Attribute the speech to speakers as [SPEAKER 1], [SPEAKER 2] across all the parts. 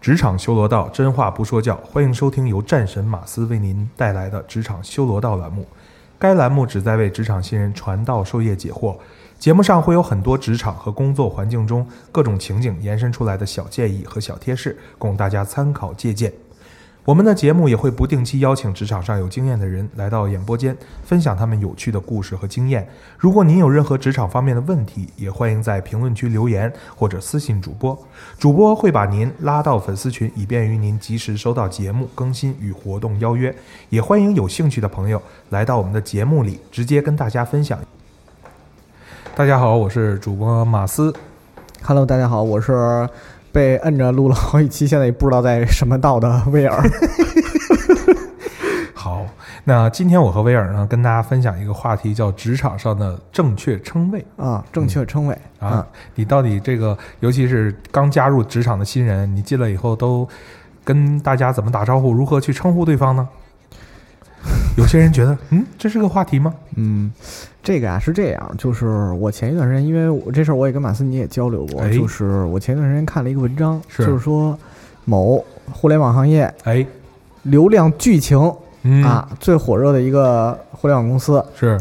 [SPEAKER 1] 职场修罗道，真话不说教。欢迎收听由战神马斯为您带来的《职场修罗道》栏目。该栏目旨在为职场新人传道授业解惑。节目上会有很多职场和工作环境中各种情景延伸出来的小建议和小贴士，供大家参考借鉴。我们的节目也会不定期邀请职场上有经验的人来到演播间，分享他们有趣的故事和经验。如果您有任何职场方面的问题，也欢迎在评论区留言或者私信主播，主播会把您拉到粉丝群，以便于您及时收到节目更新与活动邀约。也欢迎有兴趣的朋友来到我们的节目里，直接跟大家分享。大家好，我是主播马斯，
[SPEAKER 2] Hello，大家好，我是被摁着录了好几期，现在也不知道在什么道的威 尔。
[SPEAKER 1] 好，那今天我和威尔呢，跟大家分享一个话题，叫职场上的正确称谓
[SPEAKER 2] 啊，正确称谓
[SPEAKER 1] 啊。你到底这个，尤其是刚加入职场的新人，你进来以后都跟大家怎么打招呼，如何去称呼对方 呢？有些人觉得，嗯，这是个话题吗？
[SPEAKER 2] 嗯，这个呀、是这样，就是我前一段时间，因为我这事儿我也跟马斯你也交流过，
[SPEAKER 1] 哎
[SPEAKER 2] 就是我前一段时间看了一个文章，
[SPEAKER 1] 是
[SPEAKER 2] 就是说某互联网行业
[SPEAKER 1] 哎，
[SPEAKER 2] 流量巨情、
[SPEAKER 1] 嗯，
[SPEAKER 2] 啊最火热的一个互联网公司，
[SPEAKER 1] 是，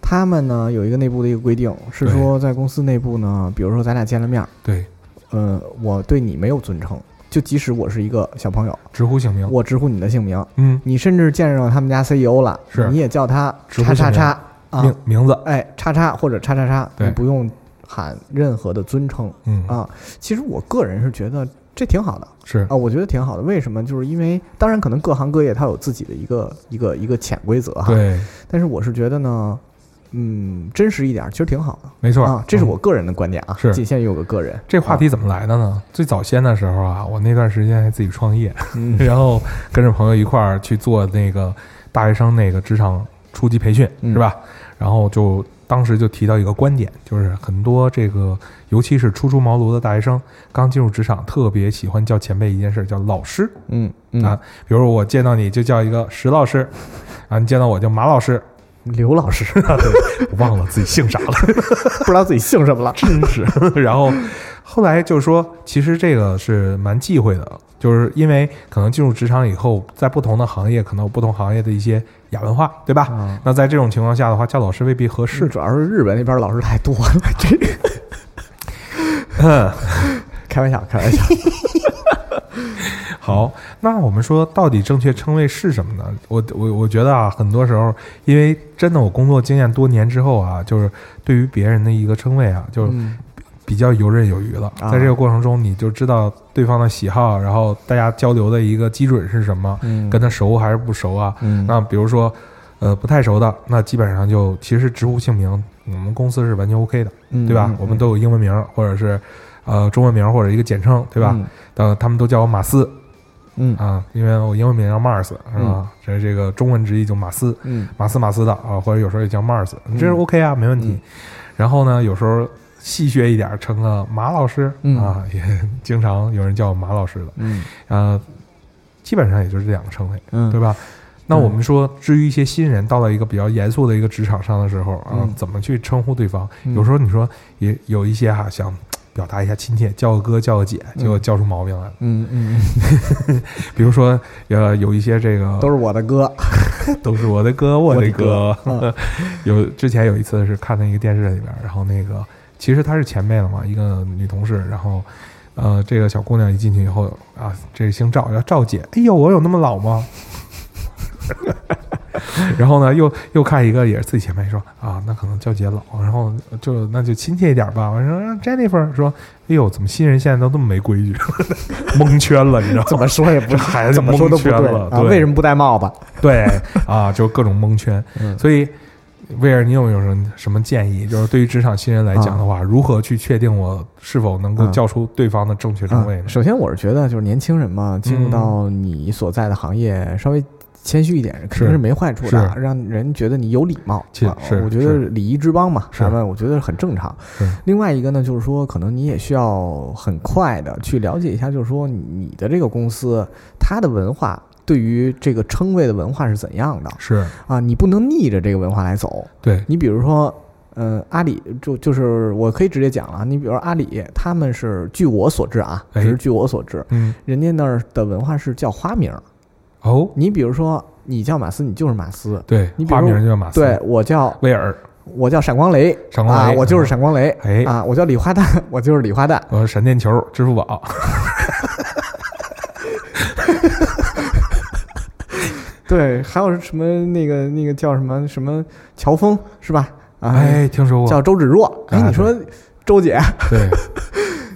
[SPEAKER 2] 他们呢有一个内部的一个规定，是
[SPEAKER 1] 对
[SPEAKER 2] 说在公司内部呢，比如说咱俩见了面儿，
[SPEAKER 1] 对，
[SPEAKER 2] 呃，我对你没有尊称，就即使我是一个小朋友。
[SPEAKER 1] 直呼姓名，
[SPEAKER 2] 我直呼你的姓名，
[SPEAKER 1] 嗯，
[SPEAKER 2] 你甚至见着他们家 CEO 了，
[SPEAKER 1] 是
[SPEAKER 2] 你也叫他
[SPEAKER 1] 直
[SPEAKER 2] 叉
[SPEAKER 1] 呼姓
[SPEAKER 2] 叉
[SPEAKER 1] 名
[SPEAKER 2] 叉啊
[SPEAKER 1] 名，名字，
[SPEAKER 2] 哎，叉叉或者叉叉叉，
[SPEAKER 1] 对
[SPEAKER 2] 你不用喊任何的尊称
[SPEAKER 1] 嗯，
[SPEAKER 2] 啊。其实我个人是觉得这挺好的
[SPEAKER 1] 是
[SPEAKER 2] 啊，我觉得挺好的。为什么？就是因为当然可能各行各业它有自己的一个一个一个潜规则哈，
[SPEAKER 1] 对，
[SPEAKER 2] 但是我是觉得呢，嗯，真实一点其实挺好的
[SPEAKER 1] 没错
[SPEAKER 2] 啊。这是
[SPEAKER 1] 嗯
[SPEAKER 2] 我个人的观点啊，
[SPEAKER 1] 是
[SPEAKER 2] 仅限于我个个人。
[SPEAKER 1] 这话题怎么来的呢？最早先的时候啊，我那段时间还自己创业，
[SPEAKER 2] 嗯
[SPEAKER 1] 然后跟着朋友一块儿去做那个大学生那个职场初级培训，
[SPEAKER 2] 嗯
[SPEAKER 1] 是吧？然后就当时就提到一个观点，就是很多这个，尤其是初出茅庐的大学生，刚进入职场，特别喜欢叫前辈一件事，叫老师。
[SPEAKER 2] 嗯嗯
[SPEAKER 1] 啊比如我见到你就叫一个石老师，啊，你见到我叫马老师，
[SPEAKER 2] 刘老师
[SPEAKER 1] 对我忘了自己姓啥了。
[SPEAKER 2] 不知道自己姓什么了，真是
[SPEAKER 1] 然后后来就是说，其实这个是蛮忌讳的，就是因为可能进入职场以后，在不同的行业可能有不同行业的一些亚文化，对吧？
[SPEAKER 2] 啊。
[SPEAKER 1] 那在这种情况下的话，叫老师未必合适。
[SPEAKER 2] 主要是日本那边老师太多了，这个
[SPEAKER 1] 嗯，
[SPEAKER 2] 开玩笑，开玩笑。
[SPEAKER 1] 好，那我们说到底正确称谓是什么呢？我我我觉得啊，很多时候，因为真的我工作经验多年之后啊，就是对于别人的一个称谓啊，就是
[SPEAKER 2] 嗯
[SPEAKER 1] 比较游刃有余了。
[SPEAKER 2] 啊
[SPEAKER 1] 在这个过程中，你就知道对方的喜好，然后大家交流的一个基准是什么，
[SPEAKER 2] 嗯
[SPEAKER 1] 跟他熟还是不熟啊？
[SPEAKER 2] 嗯
[SPEAKER 1] 那比如说，呃，不太熟的，那基本上就其实直呼姓名，我们公司是完全 OK 的，
[SPEAKER 2] 嗯
[SPEAKER 1] 对吧？我们都有英文名儿，或者是呃中文名儿，或者一个简称，对吧？？呃，他们都叫我马斯
[SPEAKER 2] 嗯
[SPEAKER 1] 啊，因为我英文名叫 Mars 是吧？这这个中文直译就马斯，
[SPEAKER 2] 嗯
[SPEAKER 1] 马斯马斯的啊，或者有时候也叫 Mars，
[SPEAKER 2] 嗯
[SPEAKER 1] 这是 OK 啊，没问题
[SPEAKER 2] 嗯。
[SPEAKER 1] 然后呢，有时候戏谑一点儿，成了马老师
[SPEAKER 2] 嗯
[SPEAKER 1] 啊，也经常有人叫我马老师的，
[SPEAKER 2] 嗯
[SPEAKER 1] 呃，基本上也就是这两个称谓。
[SPEAKER 2] 嗯，
[SPEAKER 1] 对
[SPEAKER 2] 吧？
[SPEAKER 1] 吧？那我
[SPEAKER 2] 对
[SPEAKER 1] 们说，至于一些新人到了一个比较严肃的一个职场上的时候啊
[SPEAKER 2] 嗯，
[SPEAKER 1] 怎么去称呼对方？
[SPEAKER 2] 嗯
[SPEAKER 1] 有时候你说也有一些哈、想表达一下亲切，叫个哥叫个姐，结果
[SPEAKER 2] 嗯
[SPEAKER 1] 叫出毛病来了。
[SPEAKER 2] 嗯嗯，
[SPEAKER 1] 比如说，呃，有一些这个
[SPEAKER 2] 都是我的歌。
[SPEAKER 1] 都是我的哥，我
[SPEAKER 2] 我的
[SPEAKER 1] 哥。
[SPEAKER 2] 嗯
[SPEAKER 1] 有之前有一次是看那一个电视里边儿，然后那个其实她是前辈了嘛，一个女同事，然后呃，这个小姑娘一进去以后啊，这是姓赵，叫赵姐。哎呦，我有那么老吗？然后呢，又又看一个也是自己前辈说啊，那可能叫姐老，然后就那就亲切一点吧。我说啊 Jennifer 说，哎呦，怎么新人现在都这么没规矩， 蒙圈了，你知道吗？
[SPEAKER 2] 怎么说也
[SPEAKER 1] 这
[SPEAKER 2] 不
[SPEAKER 1] 孩子
[SPEAKER 2] 怎么说都不
[SPEAKER 1] 蒙
[SPEAKER 2] 对
[SPEAKER 1] 圈了
[SPEAKER 2] 啊！
[SPEAKER 1] 对
[SPEAKER 2] 为什么不戴帽子？
[SPEAKER 1] 对啊，就各种蒙圈。
[SPEAKER 2] 嗯
[SPEAKER 1] 所以，威尔，你有没有什么什么建议？就是对于职场新人来讲的话，如何去确定我是否能够
[SPEAKER 2] 啊
[SPEAKER 1] 叫出对方的正确称谓
[SPEAKER 2] 啊
[SPEAKER 1] 呢？嗯
[SPEAKER 2] 首先，我是觉得就是年轻人嘛，进入到你所在的行业，稍微谦虚一点，肯定是没坏处的，
[SPEAKER 1] 是
[SPEAKER 2] 让人觉得你有礼貌。
[SPEAKER 1] 是
[SPEAKER 2] 啊
[SPEAKER 1] 是
[SPEAKER 2] 我觉得
[SPEAKER 1] 是
[SPEAKER 2] 礼仪之邦嘛，
[SPEAKER 1] 是
[SPEAKER 2] 咱们我觉得很正常
[SPEAKER 1] 是。
[SPEAKER 2] 另外一个呢，就是说，可能你也需要很快的去了解一下，就是说你的这个公司它的文化。对于这个称谓的文化是怎样的
[SPEAKER 1] 是
[SPEAKER 2] 啊？你不能逆着这个文化来走。
[SPEAKER 1] 对，
[SPEAKER 2] 你比如说，呃，阿里就就是我可以直接讲了，你比如说阿里，他们是据我所知啊，
[SPEAKER 1] 哎
[SPEAKER 2] 只是据我所知，
[SPEAKER 1] 嗯，
[SPEAKER 2] 人家那儿的文化是叫花名儿。
[SPEAKER 1] 哦，
[SPEAKER 2] 你比如说，你叫马斯，你就是马斯。
[SPEAKER 1] 对
[SPEAKER 2] 你，比
[SPEAKER 1] 花
[SPEAKER 2] 如
[SPEAKER 1] 名叫马斯，
[SPEAKER 2] 对，我叫
[SPEAKER 1] 威尔，
[SPEAKER 2] 我叫闪光雷，
[SPEAKER 1] 闪光
[SPEAKER 2] 啊，
[SPEAKER 1] 雷
[SPEAKER 2] 我就是闪光雷
[SPEAKER 1] 哎，
[SPEAKER 2] 啊，我叫礼花弹，我就是礼 花弹。
[SPEAKER 1] 我闪电球，支付宝，
[SPEAKER 2] 啊对，还有什么那个那个叫什么什么乔峰是吧？啊，
[SPEAKER 1] 哎，听说过，
[SPEAKER 2] 叫周芷若。哎，
[SPEAKER 1] 啊
[SPEAKER 2] 你说周姐，
[SPEAKER 1] 对，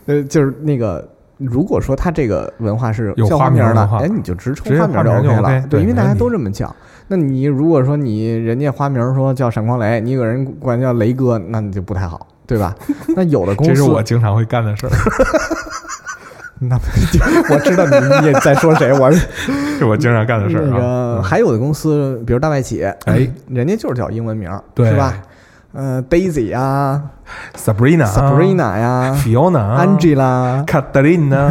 [SPEAKER 2] 呃，就是那个，如果说她这个文化是
[SPEAKER 1] 有
[SPEAKER 2] 叫
[SPEAKER 1] 花
[SPEAKER 2] 花名
[SPEAKER 1] 名
[SPEAKER 2] 儿
[SPEAKER 1] 的
[SPEAKER 2] 的，
[SPEAKER 1] 话
[SPEAKER 2] 哎，你就直
[SPEAKER 1] 直
[SPEAKER 2] 冲
[SPEAKER 1] 接
[SPEAKER 2] 花名
[SPEAKER 1] 花
[SPEAKER 2] 儿
[SPEAKER 1] 名儿就
[SPEAKER 2] OK 了
[SPEAKER 1] OK，，对
[SPEAKER 2] 因为
[SPEAKER 1] 没
[SPEAKER 2] 大家
[SPEAKER 1] 问题
[SPEAKER 2] 都这么叫。那你如果说你人家花名儿说叫闪光雷，你有人管叫雷哥，那你就不太好，对 吧？那有的公司，
[SPEAKER 1] 这是 我经常会干的事儿，
[SPEAKER 2] 那我知道你你也在说谁，我是
[SPEAKER 1] 是我经常干的事儿
[SPEAKER 2] 那
[SPEAKER 1] 啊
[SPEAKER 2] 个，还有的公司，比如大外企，
[SPEAKER 1] 哎，
[SPEAKER 2] 人家就是叫英文名儿，
[SPEAKER 1] 对
[SPEAKER 2] 是吧？呃，Daisy 啊
[SPEAKER 1] Sabrina 啊、
[SPEAKER 2] ，Sabrina 呀
[SPEAKER 1] Fiona 啊、
[SPEAKER 2] ，Angela，
[SPEAKER 1] Katarina，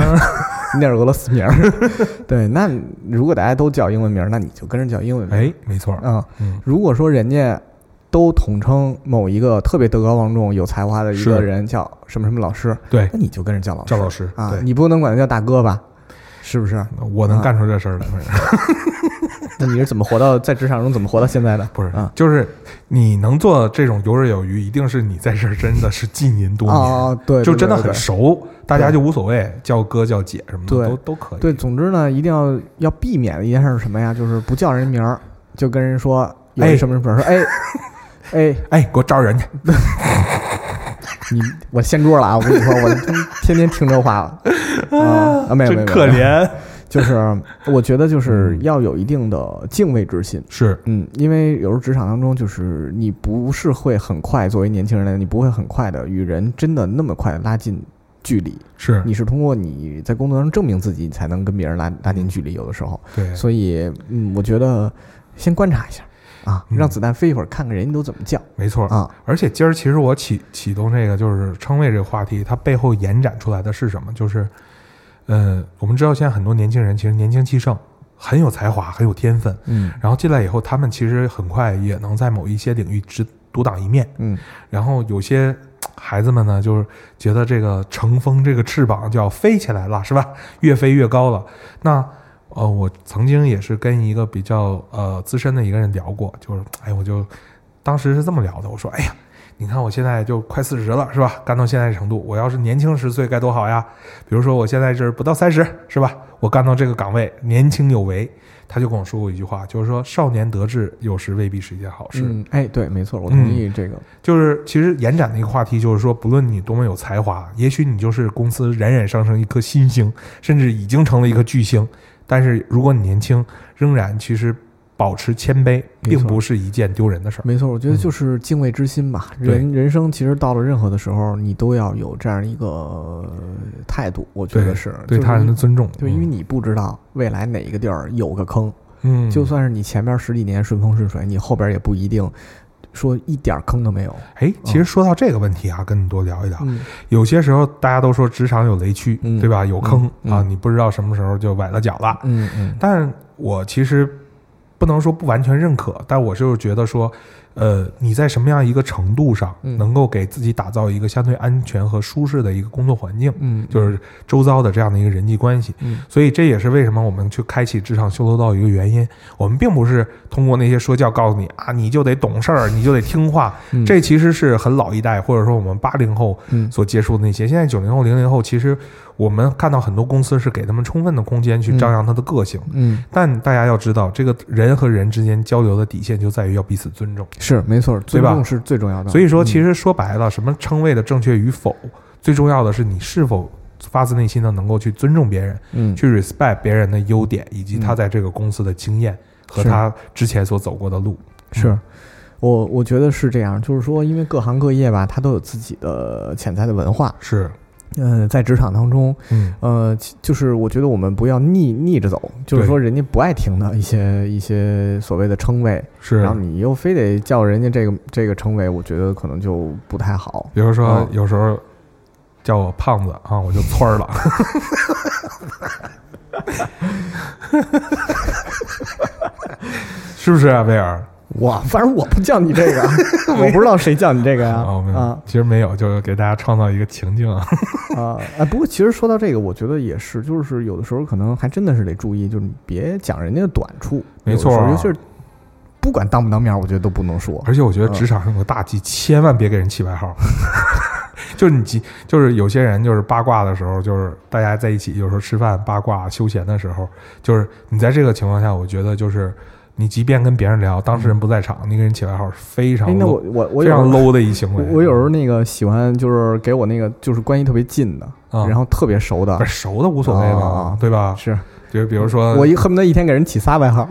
[SPEAKER 2] 那是俄罗斯名儿。 对，那如果大家都叫英文名儿，那你就跟着叫英文名儿。
[SPEAKER 1] 哎，没错儿，
[SPEAKER 2] 嗯，
[SPEAKER 1] 嗯，
[SPEAKER 2] 如果说人家都统称某一个特别德高望重、有才华的一个
[SPEAKER 1] 是
[SPEAKER 2] 人叫什么什么老师，
[SPEAKER 1] 对，
[SPEAKER 2] 那你就跟着叫老师
[SPEAKER 1] 赵老师，
[SPEAKER 2] 啊，
[SPEAKER 1] 对，
[SPEAKER 2] 你啊不能管他叫大哥吧？是 不是？
[SPEAKER 1] 我能干出这事儿来，不是
[SPEAKER 2] 那你是怎么活到在职场中怎么活到现在的？
[SPEAKER 1] 不是
[SPEAKER 2] 啊，
[SPEAKER 1] 就是你能做这种游刃有余，一定是你在这儿真的是浸淫多年，
[SPEAKER 2] 哦，对，
[SPEAKER 1] 就
[SPEAKER 2] 对
[SPEAKER 1] 真的
[SPEAKER 2] 对
[SPEAKER 1] 很
[SPEAKER 2] 对
[SPEAKER 1] 熟，大家就无所谓，叫哥叫姐什么的
[SPEAKER 2] 对
[SPEAKER 1] 都都可以。
[SPEAKER 2] 对，总之呢，一定要要避免的一件事是什么呀？就是不叫人名儿，就跟人说有
[SPEAKER 1] 哎
[SPEAKER 2] 一什么什么 说，哎哎，
[SPEAKER 1] 哎，给我招人去，
[SPEAKER 2] 你我掀桌了啊！我跟你说，我天天听这话了 啊啊！没有没有，没
[SPEAKER 1] 真
[SPEAKER 2] 有
[SPEAKER 1] 可， 怜。
[SPEAKER 2] 就是我觉得就是
[SPEAKER 1] 嗯
[SPEAKER 2] 要有一定的敬畏之心。
[SPEAKER 1] 是，
[SPEAKER 2] 嗯，因为有时候职场当中，就是你不是会很快，作为年轻人来讲，你不会很快的与人真的那么快地拉近距离。
[SPEAKER 1] 是，
[SPEAKER 2] 你是通过你在工作当中证明自己，你才能跟别人拉拉近距离。有的时候，
[SPEAKER 1] 对，
[SPEAKER 2] 所以，嗯，我觉得先观察一下啊，
[SPEAKER 1] 嗯
[SPEAKER 2] 让子弹飞一会儿，看看人家都怎么叫
[SPEAKER 1] 没错。
[SPEAKER 2] 啊。
[SPEAKER 1] 而且今儿其实我启启动这个就是称谓这个话题，它背后延展出来的是什么？就是，呃，我们知道现在很多年轻人其实年轻气盛，很有才华，很有天分，
[SPEAKER 2] 嗯
[SPEAKER 1] 然后进来以后，他们其实很快也能在某一些领域只独当一面。
[SPEAKER 2] 嗯，
[SPEAKER 1] 然后有些嘖孩子们呢，就是觉得这个乘风这个翅膀就要飞起来了，是吧？越飞越高了。那呃，我曾经也是跟一个比较呃资深的一个人聊过，就是哎，我就当时是这么聊的，我说，哎呀。你看我现在就快四十了，是吧？干到现在这程度，我要是年轻十岁该多好呀！比如说我现在这不到三十，是吧？我干到这个岗位，年轻有为。他就跟我说过一句话，就是说少年得志有时未必是一件好事。
[SPEAKER 2] 嗯，哎，对，没错，我同意这个。
[SPEAKER 1] 就是其实延展的一个话题，就是说，不论你多么有才华，也许你就是公司冉冉上升一颗新星，甚至已经成了一颗巨星。但是如果你年轻，仍然其实保持谦卑，
[SPEAKER 2] 没错
[SPEAKER 1] 并不是一件丢人的事儿。
[SPEAKER 2] 没错，我觉得就是敬畏之心吧。
[SPEAKER 1] 嗯对
[SPEAKER 2] 人人生其实到了任何的时候，你都要有这样一个呃态度，我觉得是
[SPEAKER 1] 对
[SPEAKER 2] 就是
[SPEAKER 1] 他人的
[SPEAKER 2] 因
[SPEAKER 1] 尊重，
[SPEAKER 2] 对，因为你不知道未来哪一个地儿有个坑，
[SPEAKER 1] 嗯，
[SPEAKER 2] 就算是你前面十几年顺风顺水，你后边也不一定说一点坑都没有。
[SPEAKER 1] 哎，其实说到这个问题啊，跟你多聊一聊。
[SPEAKER 2] 嗯，
[SPEAKER 1] 有些时候大家都说职场有雷区，
[SPEAKER 2] 嗯
[SPEAKER 1] 对吧？有坑、
[SPEAKER 2] 嗯
[SPEAKER 1] 啊，
[SPEAKER 2] 嗯
[SPEAKER 1] 你不知道什么时候就崴了脚了。
[SPEAKER 2] 嗯嗯
[SPEAKER 1] 但我其实不能说不完全认可，但我就是觉得说，呃，你在什么样一个程度上
[SPEAKER 2] 嗯
[SPEAKER 1] 能够给自己打造一个相对安全和舒适的一个工作环境，
[SPEAKER 2] 嗯，
[SPEAKER 1] 就是周遭的这样的一个人际关系。
[SPEAKER 2] 嗯
[SPEAKER 1] 所以这也是为什么我们去开启职场修罗道一个原因。我们并不是通过那些说教告诉你啊，你就得懂事儿，你就得听话。
[SPEAKER 2] 嗯
[SPEAKER 1] 这其实是很老一代，或者说我们八零后
[SPEAKER 2] 嗯
[SPEAKER 1] 所接触的那些。现在九零后、零零后，其实我们看到很多公司是给他们充分的空间去张扬他的个性。
[SPEAKER 2] 嗯。
[SPEAKER 1] 但大家要知道，这个人和人之间交流的底线就在于要彼此尊重。
[SPEAKER 2] 是没错，
[SPEAKER 1] 对
[SPEAKER 2] 尊
[SPEAKER 1] 吧
[SPEAKER 2] 重是最重要的。
[SPEAKER 1] 所以说，
[SPEAKER 2] 嗯
[SPEAKER 1] 其实说白了，什么称谓的正确与否，最重要的是你是否发自内心的能够去尊重别人，
[SPEAKER 2] 嗯，
[SPEAKER 1] 去 respect 别人的优点，以及他在这个公司的经验和
[SPEAKER 2] 是
[SPEAKER 1] 他之前所走过的路。
[SPEAKER 2] 是我我觉得是这样，就是说，因为各行各业吧，它都有自己的潜在的文化。
[SPEAKER 1] 是，
[SPEAKER 2] 呃，在职场当中，
[SPEAKER 1] 嗯，
[SPEAKER 2] 呃，其就是我觉得我们不要逆逆着走，就是
[SPEAKER 1] 对
[SPEAKER 2] 说人家不爱听的一些一些所谓的称谓，
[SPEAKER 1] 是
[SPEAKER 2] 然后。你又非得叫人家这个这个称谓，我觉得可能就不太好。
[SPEAKER 1] 比如说
[SPEAKER 2] 嗯，
[SPEAKER 1] 有时候叫我胖子啊，我就村儿了。 是不是啊，威尔？
[SPEAKER 2] 我反正我不叫你这个，啊 我不知道谁叫你这个呀
[SPEAKER 1] 哦，没有
[SPEAKER 2] 啊
[SPEAKER 1] 其实没有，就是给大家创造一个情境 啊。
[SPEAKER 2] 啊啊！不过其实说到这个，我觉得也是，就是有的时候可能还真的是得注意，就是你别讲人家的短处，
[SPEAKER 1] 没错
[SPEAKER 2] 有的时候
[SPEAKER 1] 啊
[SPEAKER 2] 尤其是不管当不当面，我觉得都不能说。
[SPEAKER 1] 而且我觉得职场上有个大忌，千万别给人起外号。 就是你急，就是有些人就是八卦的时候，就是大家在一起有时候吃饭八卦休闲的时候，就是你在这个情况下，我觉得就是你即便跟别人聊，当事人不在场，你给人起外号是非常
[SPEAKER 2] 哎，那
[SPEAKER 1] low
[SPEAKER 2] 我我我
[SPEAKER 1] 非
[SPEAKER 2] 有时
[SPEAKER 1] 常
[SPEAKER 2] 候
[SPEAKER 1] low 的一行
[SPEAKER 2] 我
[SPEAKER 1] 为。
[SPEAKER 2] 我有时候那个喜欢就是给我那个就是关系特别近的，
[SPEAKER 1] 啊
[SPEAKER 2] 然后特别熟的
[SPEAKER 1] 不，是呃熟的无所谓嘛
[SPEAKER 2] 啊，
[SPEAKER 1] 对吧？
[SPEAKER 2] 是
[SPEAKER 1] 就是比如说，
[SPEAKER 2] 我一恨不得一天给人起仨外号。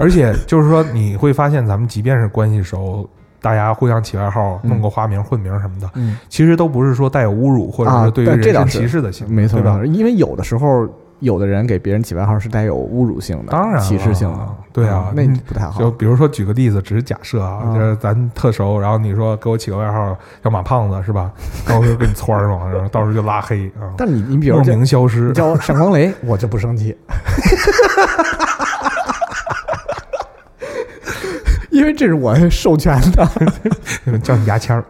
[SPEAKER 1] 而且就是说，你会发现咱们即便是关系熟，大家互相起外号，
[SPEAKER 2] 嗯
[SPEAKER 1] 弄个花名、混名什么的，
[SPEAKER 2] 嗯，
[SPEAKER 1] 其实都不是说带有侮辱或者
[SPEAKER 2] 啊
[SPEAKER 1] 是对于
[SPEAKER 2] 对这
[SPEAKER 1] 人
[SPEAKER 2] 倒
[SPEAKER 1] 身
[SPEAKER 2] 是
[SPEAKER 1] 歧视的行为，
[SPEAKER 2] 没错，
[SPEAKER 1] 对吧
[SPEAKER 2] 没？错因为有的时候有的人给别人起外号是带有侮辱性的，
[SPEAKER 1] 当然了
[SPEAKER 2] 歧视性的，
[SPEAKER 1] 对啊
[SPEAKER 2] 嗯那
[SPEAKER 1] 你
[SPEAKER 2] 不太好。
[SPEAKER 1] 就比如说举个例子，只是假设啊，
[SPEAKER 2] 啊
[SPEAKER 1] 就是咱特熟，然后你说给我起个外号叫马胖子是 吧？然后我就给你窜儿嘛，然后到时候就拉黑啊，
[SPEAKER 2] 但你你比如
[SPEAKER 1] 莫
[SPEAKER 2] 叫
[SPEAKER 1] 名消
[SPEAKER 2] 你
[SPEAKER 1] 失。
[SPEAKER 2] 叫 我闪光雷，我就不生气，因为这是我授权的。
[SPEAKER 1] 叫你牙签儿，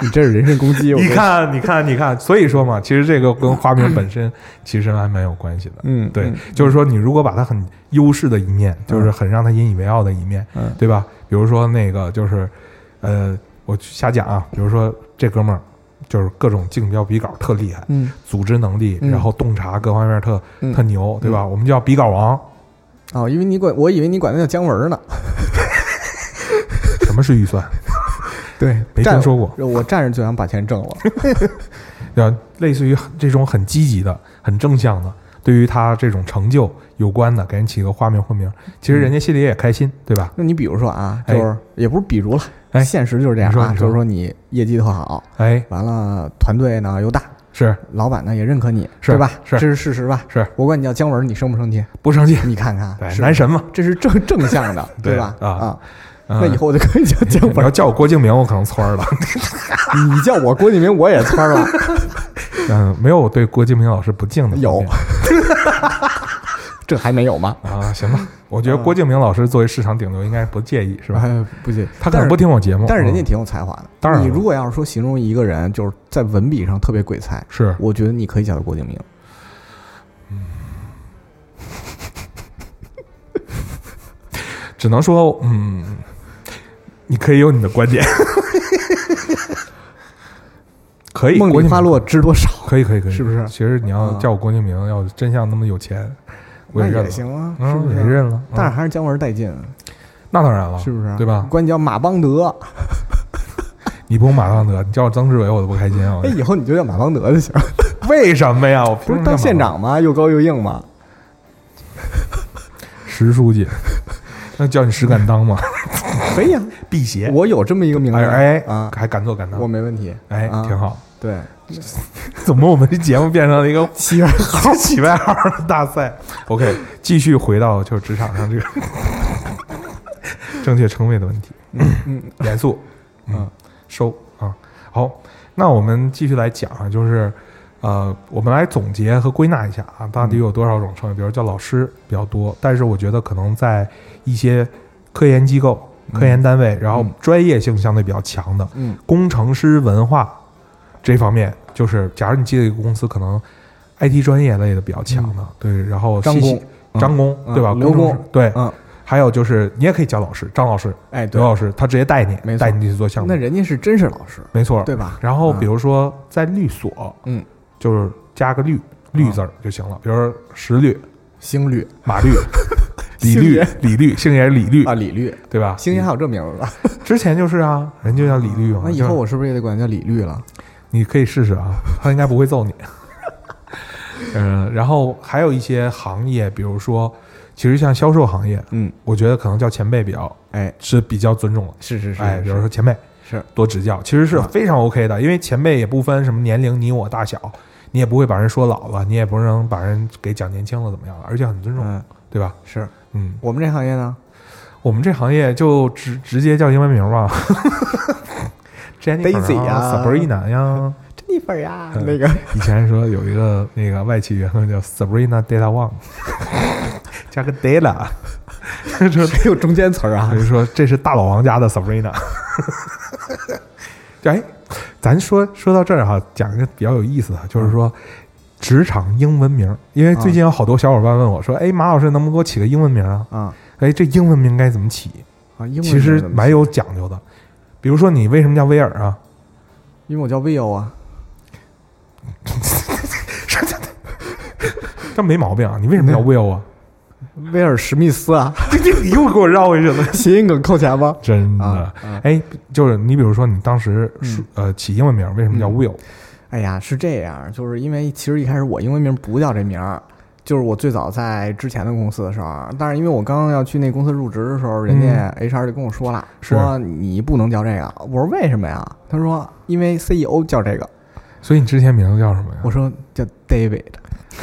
[SPEAKER 2] 你这是人身攻击，我
[SPEAKER 1] 你
[SPEAKER 2] 觉得，
[SPEAKER 1] 看，你看，你看，所以说嘛，其实这个跟花名本身其实还蛮有关系的。
[SPEAKER 2] 嗯，
[SPEAKER 1] 对
[SPEAKER 2] 嗯，
[SPEAKER 1] 就是说你如果把它很优势的一面，就是很让他引以为傲的一面，
[SPEAKER 2] 嗯
[SPEAKER 1] 对吧？比如说那个就是，呃，我瞎讲啊，比如说这哥们儿就是各种竞标比稿特厉害，
[SPEAKER 2] 嗯
[SPEAKER 1] 组织能力，
[SPEAKER 2] 嗯
[SPEAKER 1] 然后洞察各方面特
[SPEAKER 2] 嗯
[SPEAKER 1] 特牛，对吧？我们叫比稿王。
[SPEAKER 2] 哦，因为你管我以为你管他叫姜文呢，
[SPEAKER 1] 什么是预算？
[SPEAKER 2] 对，
[SPEAKER 1] 没听说过。
[SPEAKER 2] 我站着就想把钱挣了，
[SPEAKER 1] 对吧？类似于这种很积极的、很正向的，对于他这种成就有关的，给人起个花名混名，其
[SPEAKER 2] 嗯
[SPEAKER 1] 实人家心里也开心，对吧？
[SPEAKER 2] 那你比如说啊，
[SPEAKER 1] 哎
[SPEAKER 2] 就是、也不是比如了，
[SPEAKER 1] 哎
[SPEAKER 2] 现实就是这样
[SPEAKER 1] 你说
[SPEAKER 2] 啊，
[SPEAKER 1] 你说
[SPEAKER 2] 就是说你业绩特好，
[SPEAKER 1] 哎，
[SPEAKER 2] 完了团队呢又大，
[SPEAKER 1] 是
[SPEAKER 2] 老板呢也认可你，
[SPEAKER 1] 是
[SPEAKER 2] 对吧？
[SPEAKER 1] 是
[SPEAKER 2] 这是事实吧？
[SPEAKER 1] 是，
[SPEAKER 2] 我管你叫姜文，你生不生气？
[SPEAKER 1] 不生气，
[SPEAKER 2] 你看看，
[SPEAKER 1] 对，
[SPEAKER 2] 嗯是吧
[SPEAKER 1] 男神嘛。
[SPEAKER 2] 这是正正向的，
[SPEAKER 1] 对
[SPEAKER 2] 吧？
[SPEAKER 1] 啊嗯
[SPEAKER 2] 啊，那以 后我就可以叫姜
[SPEAKER 1] 你 要
[SPEAKER 2] 文，
[SPEAKER 1] 叫我郭敬明，我可能窜儿了。
[SPEAKER 2] 你叫我郭敬明，我也窜儿了。
[SPEAKER 1] 嗯，没有我对郭敬明老师不敬的 方面
[SPEAKER 2] 这还没有吗？
[SPEAKER 1] 啊。行 吧，我觉得郭敬明老师作为市场顶流，应该不介意，是吧？
[SPEAKER 2] 嗯哎？不行，
[SPEAKER 1] 他可能不
[SPEAKER 2] 但是
[SPEAKER 1] 听我节目，
[SPEAKER 2] 但是人家
[SPEAKER 1] 嗯
[SPEAKER 2] 挺有才华的。
[SPEAKER 1] 当然了
[SPEAKER 2] 你如果要是说形容一个人，就是在文笔上特别鬼才，
[SPEAKER 1] 是
[SPEAKER 2] 我觉得你可以叫他郭敬明。
[SPEAKER 1] 只能说，嗯，你可以有你的观点，可以。
[SPEAKER 2] 梦
[SPEAKER 1] 哎郭
[SPEAKER 2] 里
[SPEAKER 1] 敬
[SPEAKER 2] 花
[SPEAKER 1] 明
[SPEAKER 2] 落知多少，
[SPEAKER 1] 可以可以可以，
[SPEAKER 2] 是不是
[SPEAKER 1] 其实你要
[SPEAKER 2] 啊
[SPEAKER 1] 叫我郭敬明，要真像那么有钱，我
[SPEAKER 2] 那
[SPEAKER 1] 认了
[SPEAKER 2] 也，行啊，是
[SPEAKER 1] 嗯，
[SPEAKER 2] 不
[SPEAKER 1] 也
[SPEAKER 2] 是？
[SPEAKER 1] 认了。嗯
[SPEAKER 2] 但是还是姜文带劲，
[SPEAKER 1] 那当然了，
[SPEAKER 2] 是不啊是？
[SPEAKER 1] 对吧？啊哎
[SPEAKER 2] 管你叫马邦德，
[SPEAKER 1] 你不用马当德，你叫我曾志伟，我都不开心啊
[SPEAKER 2] 哎，！以后你就叫马邦德就 行。
[SPEAKER 1] 为什么呀？我凭
[SPEAKER 2] 不是
[SPEAKER 1] 什么
[SPEAKER 2] 当县长吗？又高又硬吗？
[SPEAKER 1] 石书记， 那叫你石敢当吗？
[SPEAKER 2] 可以啊，
[SPEAKER 1] 辟邪，
[SPEAKER 2] 我有这么一个名字
[SPEAKER 1] 哎哎
[SPEAKER 2] 啊，
[SPEAKER 1] 还敢做敢
[SPEAKER 2] 我
[SPEAKER 1] 当，
[SPEAKER 2] 没问题。
[SPEAKER 1] 哎，
[SPEAKER 2] 啊
[SPEAKER 1] 挺好。
[SPEAKER 2] 对，
[SPEAKER 1] 怎么我们这节目变成了一个
[SPEAKER 2] 七月
[SPEAKER 1] 号 起外号的大赛？OK，继续回到就是职场上这个 正确称谓的问题。
[SPEAKER 2] 嗯，
[SPEAKER 1] 严肃，嗯
[SPEAKER 2] 嗯，
[SPEAKER 1] 收啊。好，那我们继续来讲啊，就是呃，我们来总结和归纳一下啊，
[SPEAKER 2] 嗯
[SPEAKER 1] 到底有多少种称谓？比如叫老师比较多，但是我觉得可能在一些科研机构、
[SPEAKER 2] 嗯
[SPEAKER 1] 科研单位，然后
[SPEAKER 2] 嗯
[SPEAKER 1] 专业性相对比较强的
[SPEAKER 2] 嗯
[SPEAKER 1] 工程师文化这方面，就是假如你进一个公司，可能 IT 专业类的比较强的，对，然后
[SPEAKER 2] 张
[SPEAKER 1] 信息
[SPEAKER 2] 工嗯
[SPEAKER 1] 张工
[SPEAKER 2] 嗯
[SPEAKER 1] 对吧？
[SPEAKER 2] 刘
[SPEAKER 1] 工程师
[SPEAKER 2] 工
[SPEAKER 1] 对，
[SPEAKER 2] 嗯，
[SPEAKER 1] 还有就是你也可以叫老师，张老师。
[SPEAKER 2] 哎
[SPEAKER 1] 刘
[SPEAKER 2] 对，
[SPEAKER 1] 老师，他直接带你，
[SPEAKER 2] 没错
[SPEAKER 1] 带你去做项目，哦
[SPEAKER 2] 那人家是真是老师，
[SPEAKER 1] 没错，
[SPEAKER 2] 对吧？
[SPEAKER 1] 然后比
[SPEAKER 2] 如
[SPEAKER 1] 如说在律所，
[SPEAKER 2] 嗯，
[SPEAKER 1] 就是加个律律字儿就行了，比如说石律、
[SPEAKER 2] 星律
[SPEAKER 1] 马 律、李
[SPEAKER 2] 姓
[SPEAKER 1] 律
[SPEAKER 2] 也、
[SPEAKER 1] 李律，姓也是李律
[SPEAKER 2] 啊，，李律，
[SPEAKER 1] 对吧？
[SPEAKER 2] 星爷还有这名字吧？
[SPEAKER 1] 之前就是啊，人就叫李律嘛。
[SPEAKER 2] 那以
[SPEAKER 1] 就是
[SPEAKER 2] 后我是不是也得管他叫李律了？
[SPEAKER 1] 你可以试试啊，他应该不会揍你。嗯，然后还有一些行业，比如说，其实像销售行业，
[SPEAKER 2] 嗯，
[SPEAKER 1] 我觉得可能叫前辈比较
[SPEAKER 2] 哎，
[SPEAKER 1] 是比较尊重的。
[SPEAKER 2] 是是
[SPEAKER 1] 哎，比如
[SPEAKER 2] 是
[SPEAKER 1] 说前辈，
[SPEAKER 2] 是，
[SPEAKER 1] 多指教，其实是
[SPEAKER 2] 啊
[SPEAKER 1] 非常 OK 的，因为前辈也不分什么年龄，你我大小，你也不会把人说老了，你也不能把人给讲年轻了怎么样了，而且很尊重，
[SPEAKER 2] 嗯，
[SPEAKER 1] 对吧？
[SPEAKER 2] 是
[SPEAKER 1] 嗯，
[SPEAKER 2] 我们这行业呢，
[SPEAKER 1] 我们这行业就直直接叫英文名吧 ，Jennifer
[SPEAKER 2] Daisy 啊
[SPEAKER 1] Sabrina 呀，
[SPEAKER 2] 珍妮粉呀
[SPEAKER 1] 嗯
[SPEAKER 2] 啊那个
[SPEAKER 1] 以前说有一个 那个外企员工叫 Sabrina Data Wang，加个 Data，他说
[SPEAKER 2] 还有中间词 儿啊
[SPEAKER 1] 他就，说这是大老王家的 Sabrina。哎，咱说说到这儿哈，讲一个比较有意思的，就是说职场英文名儿，因为最近有好多小伙伴问我说，哎，马老师能不能给我起个英文名啊？
[SPEAKER 2] 啊
[SPEAKER 1] 哎，这英文名该怎么起？
[SPEAKER 2] 啊，英文
[SPEAKER 1] 其实蛮有讲究的。比如说，你为什么叫威尔啊？
[SPEAKER 2] 因为我叫 Will 啊，
[SPEAKER 1] 这没毛病啊！你为什么叫 Will 啊？
[SPEAKER 2] 威尔史密斯啊，
[SPEAKER 1] 你 又给我绕回去了，
[SPEAKER 2] 谐音梗扣钱吧？
[SPEAKER 1] 真的。
[SPEAKER 2] 啊，啊
[SPEAKER 1] 哎，就是你比如说，你当时
[SPEAKER 2] 嗯
[SPEAKER 1] 说、呃起英文名为什么叫
[SPEAKER 2] 嗯
[SPEAKER 1] Will？、
[SPEAKER 2] 哎呀，是这样，就是因为其实一开始我英文名不叫这名儿，就是我最早在之前的公司的时候，但是因为我刚刚要去那公司入职的时候，人家 HR 就跟我说了，
[SPEAKER 1] 嗯是
[SPEAKER 2] 说你不能叫这个。我说为什么呀？他说因为 CEO 叫这个。
[SPEAKER 1] 所以你之前名字叫什么呀？
[SPEAKER 2] 我说叫 David，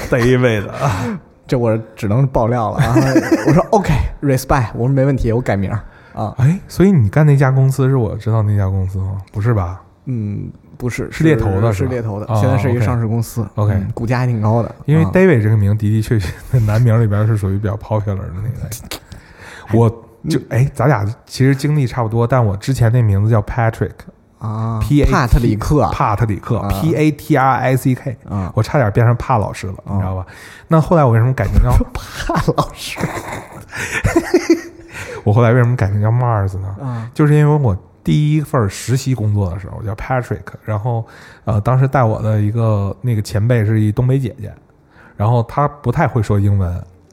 [SPEAKER 1] David 啊，
[SPEAKER 2] 这我只能爆料了啊。 我说 OK，respect，、我说没问题，我改名儿啊。
[SPEAKER 1] 哎，所以你干那家公司是我知道那家公司吗？不是吧？
[SPEAKER 2] 嗯，不是，
[SPEAKER 1] 是猎头的是
[SPEAKER 2] 是
[SPEAKER 1] 吧
[SPEAKER 2] 猎头的，
[SPEAKER 1] 哦
[SPEAKER 2] 现在是一个
[SPEAKER 1] OK
[SPEAKER 2] 上市公司
[SPEAKER 1] OK
[SPEAKER 2] 嗯股价还挺高的。
[SPEAKER 1] 因为
[SPEAKER 2] 啊
[SPEAKER 1] David 这个名的的确确 在男名里边是属于比较 popular 的那一类。我就哎，咱俩其实经历差不多，但我之前那名字叫 Patrick
[SPEAKER 2] 啊
[SPEAKER 1] P A T
[SPEAKER 2] 帕特里克啊
[SPEAKER 1] 帕特里克
[SPEAKER 2] 啊
[SPEAKER 1] P A T R I C K，
[SPEAKER 2] 啊，
[SPEAKER 1] 我差点变成帕老师了，
[SPEAKER 2] 哦
[SPEAKER 1] 你知道吧？那后来我为什么改名 叫
[SPEAKER 2] 帕老师
[SPEAKER 1] 我后来为什么改名叫 Mars 呢？
[SPEAKER 2] 啊。
[SPEAKER 1] 就是因为我第一份实习工作的时候，我叫 Patrick，然后呃，当时带我的一个那个前辈是一东北姐姐，然后她不太会说英文，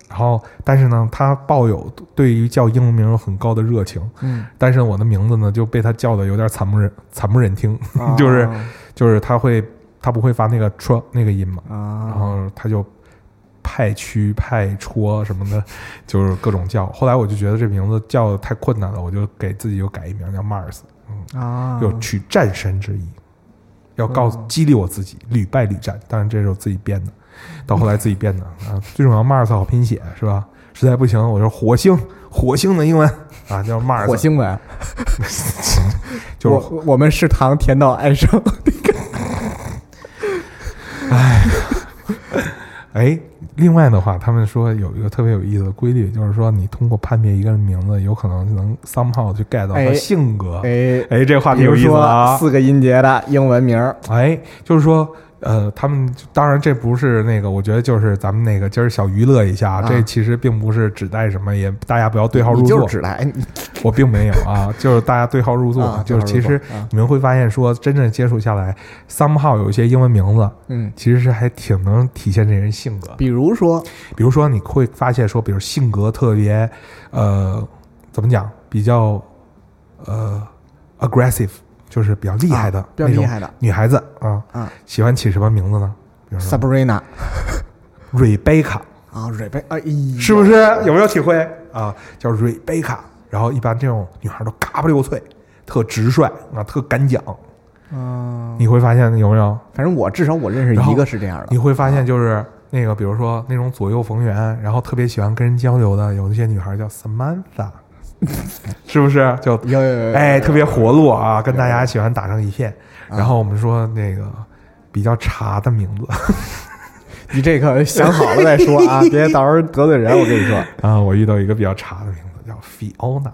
[SPEAKER 1] 然后但是呢，她抱有对于叫英文名有很高的热情，
[SPEAKER 2] 嗯，
[SPEAKER 1] 但是我的名字呢就被她叫的有点惨不忍惨不忍听，
[SPEAKER 2] 啊
[SPEAKER 1] 就是就是她会她不会发那个 tr 那个音嘛，然
[SPEAKER 2] 啊，
[SPEAKER 1] 后他就派区、派戳什么的，就是各种叫。后来我就觉得这名字叫得太困难了，我就给自己又改一名叫 Mars，
[SPEAKER 2] 啊，
[SPEAKER 1] 有取战神之意，要告诉
[SPEAKER 2] 嗯
[SPEAKER 1] 激励我自己屡败屡战。当然这是我自己编的，到后来自己编的啊。最重要，Mars 好拼写是吧？实在不行，我就火星，火星的英文啊叫 Mars，
[SPEAKER 2] 火星文，
[SPEAKER 1] 就是啊
[SPEAKER 2] 我我们食堂甜到爱上，
[SPEAKER 1] 哎，另外的话，他们说有一个特别有意思的规律，就是说你通过判别一个人名字，有可能能 somehow 去 get 到他
[SPEAKER 2] 哎
[SPEAKER 1] 性格。
[SPEAKER 2] 哎，
[SPEAKER 1] 哎，这话
[SPEAKER 2] 比
[SPEAKER 1] 题有
[SPEAKER 2] 如
[SPEAKER 1] 意思了
[SPEAKER 2] 说
[SPEAKER 1] 啊！
[SPEAKER 2] 四个音节的英文名儿，
[SPEAKER 1] 哎，就是说，呃，他们当然这不是那个，我觉得就是咱们那个今儿小娱乐一下，
[SPEAKER 2] 啊
[SPEAKER 1] 这其实并不是指代什么，也大家不要对号入
[SPEAKER 2] 你就
[SPEAKER 1] 座
[SPEAKER 2] 是。指来，哎你
[SPEAKER 1] 我并没有 啊，就是大家对号入座，
[SPEAKER 2] 啊
[SPEAKER 1] 就是其实
[SPEAKER 2] 对号入座啊
[SPEAKER 1] 你们会发现说，真正接触下来，somehow 有一些英文名字
[SPEAKER 2] 嗯，
[SPEAKER 1] 其实是还挺能体现这人性格。
[SPEAKER 2] 比如说
[SPEAKER 1] 比如说你会发现说，比如性格特别，呃，怎么讲，比较呃 aggressive，就是比较厉害的、
[SPEAKER 2] 啊比较
[SPEAKER 1] 那种
[SPEAKER 2] 厉害的
[SPEAKER 1] 女孩子啊，
[SPEAKER 2] 啊
[SPEAKER 1] 喜欢起什么名字呢？比如说
[SPEAKER 2] ，Sabrina 嗯
[SPEAKER 1] Rebecca，
[SPEAKER 2] 啊，瑞贝，哎呦，
[SPEAKER 1] 是不是？有没有体会啊？叫 Rebecca，然后一般这种女孩都嘎巴溜脆，特直率啊，特敢讲。
[SPEAKER 2] 嗯，
[SPEAKER 1] 你会发现有没有？
[SPEAKER 2] 反正我至少我认识
[SPEAKER 1] 然后
[SPEAKER 2] 一个是这样的
[SPEAKER 1] 你，会发现就是那个，比如说那种左右逢源，然后特别喜欢跟人交流的，有一些女孩叫 Samantha，是不是？就
[SPEAKER 2] 有有有，有
[SPEAKER 1] 哎，特别活络啊，跟大家喜欢打成一片。
[SPEAKER 2] 啊
[SPEAKER 1] 然后我们说那个比较茶的名字
[SPEAKER 2] 你这可想好了再说啊，别到时候得罪人，我跟你 说，
[SPEAKER 1] 啊，我遇到一个比较茶的名字叫 Fiona。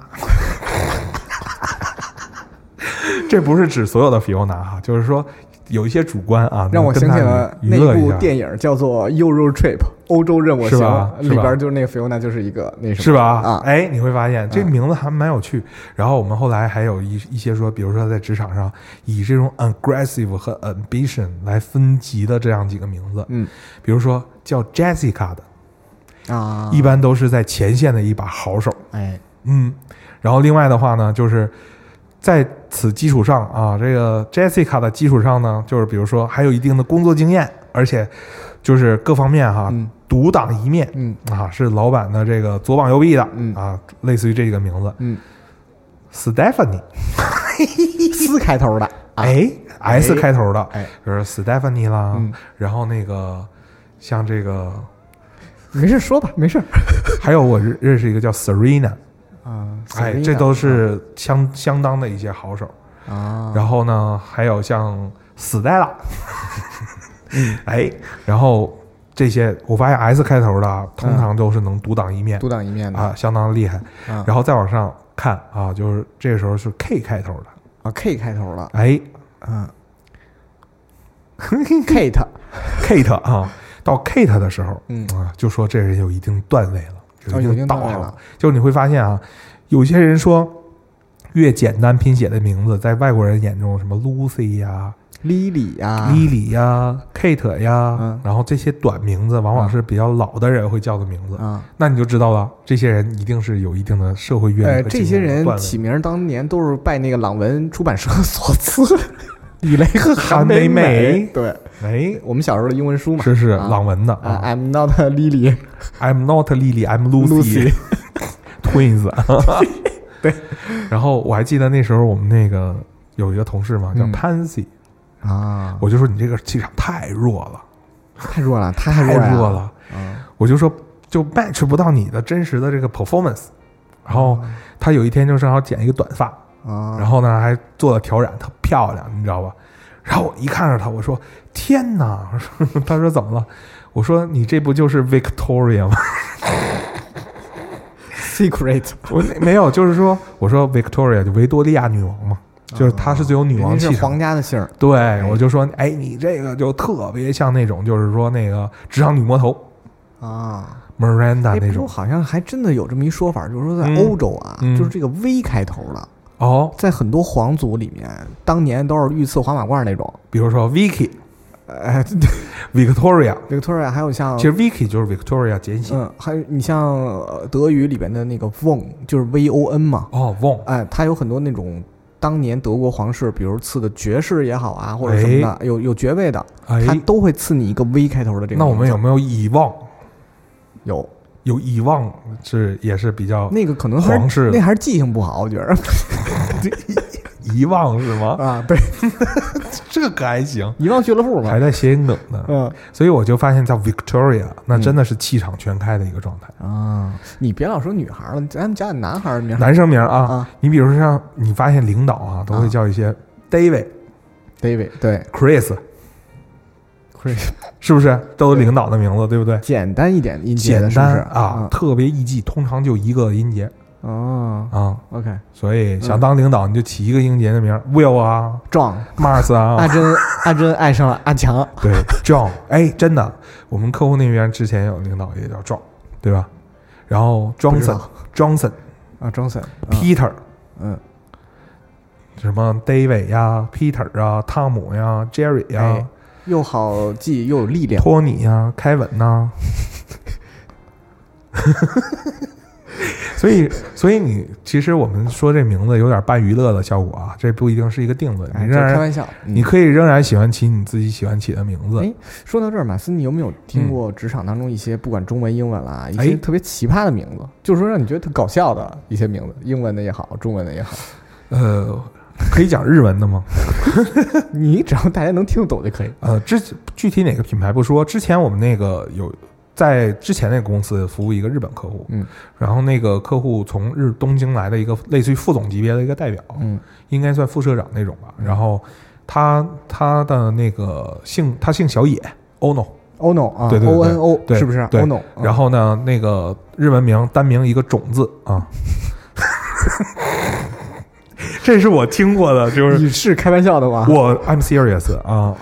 [SPEAKER 1] 这不是指所有的 Fiona 哈，就是说有一些主观啊，
[SPEAKER 2] 让我
[SPEAKER 1] 跟
[SPEAKER 2] 想
[SPEAKER 1] 他
[SPEAKER 2] 起了
[SPEAKER 1] 娱
[SPEAKER 2] 那
[SPEAKER 1] 乐
[SPEAKER 2] 一
[SPEAKER 1] 一
[SPEAKER 2] 部
[SPEAKER 1] 下，
[SPEAKER 2] 电影叫做《Euro Trip》，欧洲任我
[SPEAKER 1] 是吧
[SPEAKER 2] 行，
[SPEAKER 1] 是
[SPEAKER 2] 里
[SPEAKER 1] 吧
[SPEAKER 2] 边儿就是那个菲欧娜就是一个那什么，
[SPEAKER 1] 是吧？
[SPEAKER 2] 啊
[SPEAKER 1] 哎，你会发现这
[SPEAKER 2] 嗯
[SPEAKER 1] 名字还蛮有趣。然后我们后来还有一一些说，比如说在职场上以这种 aggressive 和 ambition 来分级的这样几个名字，
[SPEAKER 2] 嗯
[SPEAKER 1] 比如说叫 Jessica 的，
[SPEAKER 2] 啊，
[SPEAKER 1] 一般都是在前线的一把好手。
[SPEAKER 2] 哎，
[SPEAKER 1] 嗯，然后另外的话呢，就是在此基础上啊，这个 Jessica 的基础上呢，就是比如说还有一定的工作经验，而且就是各方面哈、
[SPEAKER 2] 嗯
[SPEAKER 1] 独当一面。
[SPEAKER 2] 嗯
[SPEAKER 1] 啊，是老板的这个左膀右臂的，
[SPEAKER 2] 嗯
[SPEAKER 1] 啊，类似于这个名字
[SPEAKER 2] 嗯，
[SPEAKER 1] ，Stephanie，
[SPEAKER 2] 四开头的，啊，
[SPEAKER 1] 哎
[SPEAKER 2] 哎
[SPEAKER 1] ，S 开头的，
[SPEAKER 2] 哎，
[SPEAKER 1] 就是 Stephanie 啦
[SPEAKER 2] 嗯，
[SPEAKER 1] 然后那个像这个，
[SPEAKER 2] 没事说吧，没 事
[SPEAKER 1] 还有我认认识一个叫 Serena，
[SPEAKER 2] 啊，
[SPEAKER 1] 哎，
[SPEAKER 2] Serena，嗯
[SPEAKER 1] 这都是相相当的一些好手。
[SPEAKER 2] 啊，
[SPEAKER 1] 然后
[SPEAKER 2] 嗯
[SPEAKER 1] 呢，还有像 Stella，哎，然后这些我发现 S 开头的啊，通常都是能独当一面、
[SPEAKER 2] 独当一面的
[SPEAKER 1] 啊，相当厉害。
[SPEAKER 2] 啊
[SPEAKER 1] 然后再往上看啊，就是这个时候是 K 开头的，
[SPEAKER 2] 啊 K 开头了，
[SPEAKER 1] 哎
[SPEAKER 2] 嗯 ，Kate，
[SPEAKER 1] ，Kate 啊，到 Kate 的时候
[SPEAKER 2] 嗯，
[SPEAKER 1] 啊，就说这人有一定段位了，
[SPEAKER 2] 哦，
[SPEAKER 1] 有
[SPEAKER 2] 已
[SPEAKER 1] 一
[SPEAKER 2] 经
[SPEAKER 1] 定
[SPEAKER 2] 到
[SPEAKER 1] 道
[SPEAKER 2] 位
[SPEAKER 1] 行
[SPEAKER 2] 了，
[SPEAKER 1] 就是你会发现啊，有些人说越简单拼写的名字，在外国人眼中，什么 Lucy 呀、
[SPEAKER 2] ，Lily 呀
[SPEAKER 1] Lily 呀、Kate 呀
[SPEAKER 2] 啊嗯，
[SPEAKER 1] 然后这些短名字往往是比较老的人会叫的名字，
[SPEAKER 2] 啊，
[SPEAKER 1] 那你就知道了，这些人一定是有一定的社会阅历和
[SPEAKER 2] 呃，这
[SPEAKER 1] 经
[SPEAKER 2] 些
[SPEAKER 1] 验和
[SPEAKER 2] 人
[SPEAKER 1] 段位
[SPEAKER 2] 起名当年都是拜那个朗文出版社 所赐，李雷和
[SPEAKER 1] 韩
[SPEAKER 2] 韩
[SPEAKER 1] 梅
[SPEAKER 2] 梅
[SPEAKER 1] 梅
[SPEAKER 2] 对，
[SPEAKER 1] 哎，
[SPEAKER 2] 我们小时候的英文书嘛，
[SPEAKER 1] 这是
[SPEAKER 2] 啊
[SPEAKER 1] 朗文的
[SPEAKER 2] 啊
[SPEAKER 1] 啊
[SPEAKER 2] ，I'm not a Lily，
[SPEAKER 1] ，I'm not Lily，I'm Lucy。twins 啊，
[SPEAKER 2] 对。
[SPEAKER 1] 然后我还记得那时候我们那个有一个同事嘛，叫
[SPEAKER 2] 嗯
[SPEAKER 1] Pansy，、
[SPEAKER 2] 啊，
[SPEAKER 1] 我就说你这个气场太弱了，
[SPEAKER 2] 太弱了，太
[SPEAKER 1] 太
[SPEAKER 2] 弱
[SPEAKER 1] 弱
[SPEAKER 2] 了，
[SPEAKER 1] 了，
[SPEAKER 2] 嗯，
[SPEAKER 1] 我就说就 match 不到你的真实的这个 performance。然后
[SPEAKER 2] 哦
[SPEAKER 1] 他有一天就正好剪一个短发，
[SPEAKER 2] 啊，
[SPEAKER 1] 然后呢还做了调染，特漂亮，你知道吧？然后我一看着他，我说天哪！ 我说他说怎么了？我说你这不就是 Victoria 吗？
[SPEAKER 2] Secret
[SPEAKER 1] 我那没有，就是说，我说 Victoria 就维多利亚女王嘛，就是她是最 有女王
[SPEAKER 2] 啊人家
[SPEAKER 1] 气
[SPEAKER 2] 是
[SPEAKER 1] 场。
[SPEAKER 2] 皇家的姓儿
[SPEAKER 1] 对，我就说，哎，你这个就特别像那种，就是说那个职场女魔头
[SPEAKER 2] 啊。
[SPEAKER 1] Miranda
[SPEAKER 2] 哎，
[SPEAKER 1] 那
[SPEAKER 2] 不过
[SPEAKER 1] 种。
[SPEAKER 2] 好像还真的有这么一说法，就是说在
[SPEAKER 1] 嗯
[SPEAKER 2] 欧洲啊，
[SPEAKER 1] 嗯
[SPEAKER 2] 就是这个 V 开头的，
[SPEAKER 1] 哦，
[SPEAKER 2] 在很多皇族里面，当年都是御赐黄马褂那种。
[SPEAKER 1] 比如说 Vicky、
[SPEAKER 2] 呃
[SPEAKER 1] Victoria，
[SPEAKER 2] ，Victoria 还有像
[SPEAKER 1] 其，实 Vicky 就是 Victoria 简写。
[SPEAKER 2] 嗯，还有你像呃德语里边的那个 von，就是 V O N 嘛，
[SPEAKER 1] 哦，Von，
[SPEAKER 2] 哎，它有很多那种当年德国皇室，比如赐的爵士也好啊，或者什么的，有有爵位的，它
[SPEAKER 1] 哎，
[SPEAKER 2] 都会赐你一个 V 开头的这个名字。
[SPEAKER 1] 那我们有没有以望？
[SPEAKER 2] 有
[SPEAKER 1] 有以望是也是比较
[SPEAKER 2] 那个可能还
[SPEAKER 1] 皇室
[SPEAKER 2] 是那还是记性不好，我 觉得
[SPEAKER 1] 遗忘是吗？
[SPEAKER 2] 啊，对，
[SPEAKER 1] 这个还行，
[SPEAKER 2] 遗忘俱乐部嘛
[SPEAKER 1] 还，在谐音梗呢。
[SPEAKER 2] 嗯。
[SPEAKER 1] 所以我就发现，在 Victoria 那真的是气场全开的一个状态。
[SPEAKER 2] 啊，你别老说女孩儿了，咱们讲讲男孩儿的名儿
[SPEAKER 1] 男生名啊，
[SPEAKER 2] 啊嗯
[SPEAKER 1] 你比如说像你发现领导啊，都会叫一些 David、
[SPEAKER 2] ，David 对
[SPEAKER 1] Chris，
[SPEAKER 2] ，Chris，
[SPEAKER 1] 是不是都是领导的名字，对不对？
[SPEAKER 2] 简单一点音节
[SPEAKER 1] 简
[SPEAKER 2] 的是不嗯
[SPEAKER 1] 单
[SPEAKER 2] 是
[SPEAKER 1] 啊，？特别易记，通常就一个音节
[SPEAKER 2] 嗯哦
[SPEAKER 1] 啊，
[SPEAKER 2] ，OK，John，
[SPEAKER 1] 所以
[SPEAKER 2] 嗯
[SPEAKER 1] 想当领导你就起一个音节的名儿，Will 啊，Mars
[SPEAKER 2] 阿
[SPEAKER 1] 啊，
[SPEAKER 2] 珍，阿珍爱上了阿强，
[SPEAKER 1] 对，John，哎，真的，我们客户那边之前有领导也叫 John，对吧？然后
[SPEAKER 2] 不知
[SPEAKER 1] Johnson
[SPEAKER 2] 道
[SPEAKER 1] Johnson
[SPEAKER 2] 啊，Johnson，嗯
[SPEAKER 1] Peter
[SPEAKER 2] 嗯，
[SPEAKER 1] 什么 David 呀，Peter 啊，汤姆呀，Jerry 呀
[SPEAKER 2] 哎。又好记又有力 量，
[SPEAKER 1] 托尼呀、凯文呐、 所以，所以你其实我们说这名字有点半娱乐的效果啊，这不一定是一个定论。
[SPEAKER 2] 哎，
[SPEAKER 1] 你
[SPEAKER 2] 这
[SPEAKER 1] 仍
[SPEAKER 2] 开
[SPEAKER 1] 然，
[SPEAKER 2] 玩笑。
[SPEAKER 1] 你
[SPEAKER 2] 嗯
[SPEAKER 1] 可以仍然喜欢起你自己喜欢起的名字
[SPEAKER 2] 哎。说到这儿，马斯，你有没有
[SPEAKER 1] 嗯
[SPEAKER 2] 听过职场当中一些不管中文、英文啦，一
[SPEAKER 1] 哎
[SPEAKER 2] 些特别奇葩的名字，就是说让你觉得特搞笑的一些名字，英文的也好，中文的也好，
[SPEAKER 1] 呃，可以讲日文的吗？
[SPEAKER 2] 你只要大家能听得懂就可以。
[SPEAKER 1] 呃，之具体哪个品牌不说，之前我们那个有在之前那个公司服务一个日本客户，
[SPEAKER 2] 嗯，
[SPEAKER 1] 然后那个客户从日东京来的一个类似于副总级别的一个代表，
[SPEAKER 2] 嗯
[SPEAKER 1] 应该算副社长那种吧。
[SPEAKER 2] 嗯
[SPEAKER 1] 然后他他的那个姓他姓小野 Ono，
[SPEAKER 2] ono 啊，
[SPEAKER 1] 对对对
[SPEAKER 2] o n o
[SPEAKER 1] 对
[SPEAKER 2] 是不是哦啊
[SPEAKER 1] 对
[SPEAKER 2] ？ono，
[SPEAKER 1] 然后呢那个日文名单名一个种字啊， 这是我听过的，就
[SPEAKER 2] 嗯
[SPEAKER 1] 是
[SPEAKER 2] 你是开玩笑的吧？
[SPEAKER 1] 我 I'm serious 啊。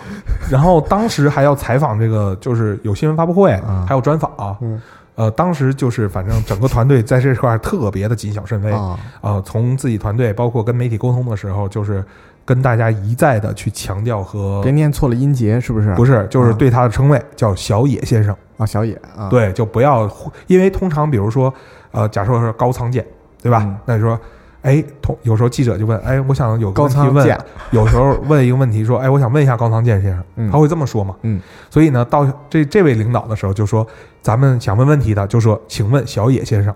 [SPEAKER 1] 然后当时还要采访这个，就是有新闻发布会
[SPEAKER 2] 啊，
[SPEAKER 1] 还有专访啊。
[SPEAKER 2] 嗯
[SPEAKER 1] 呃，当时就是反正整个团队在这块儿特别的谨小慎微
[SPEAKER 2] 啊，
[SPEAKER 1] 啊，从自己团队包括跟媒体沟通的时候，就是跟大家一再的去强调和
[SPEAKER 2] 别念错了音节，是不是？
[SPEAKER 1] 不
[SPEAKER 2] 是
[SPEAKER 1] 是，就是对他的称谓叫小野先生。
[SPEAKER 2] 啊，小野啊，，
[SPEAKER 1] 对，就不要忽，因为通常比如说，呃，假设是高仓健，对吧？
[SPEAKER 2] 嗯
[SPEAKER 1] 那就说，哎，同有时候记者就问，哎，我想有个
[SPEAKER 2] 高
[SPEAKER 1] 问题
[SPEAKER 2] 仓
[SPEAKER 1] 问
[SPEAKER 2] 健，
[SPEAKER 1] 有时候问一个问题说，哎，我想问一下高仓健先生，
[SPEAKER 2] 嗯
[SPEAKER 1] 他会这么说嘛？
[SPEAKER 2] 嗯，
[SPEAKER 1] 所以呢，到这这位领导的时候就说，咱们想问问题的就说，请问小野先生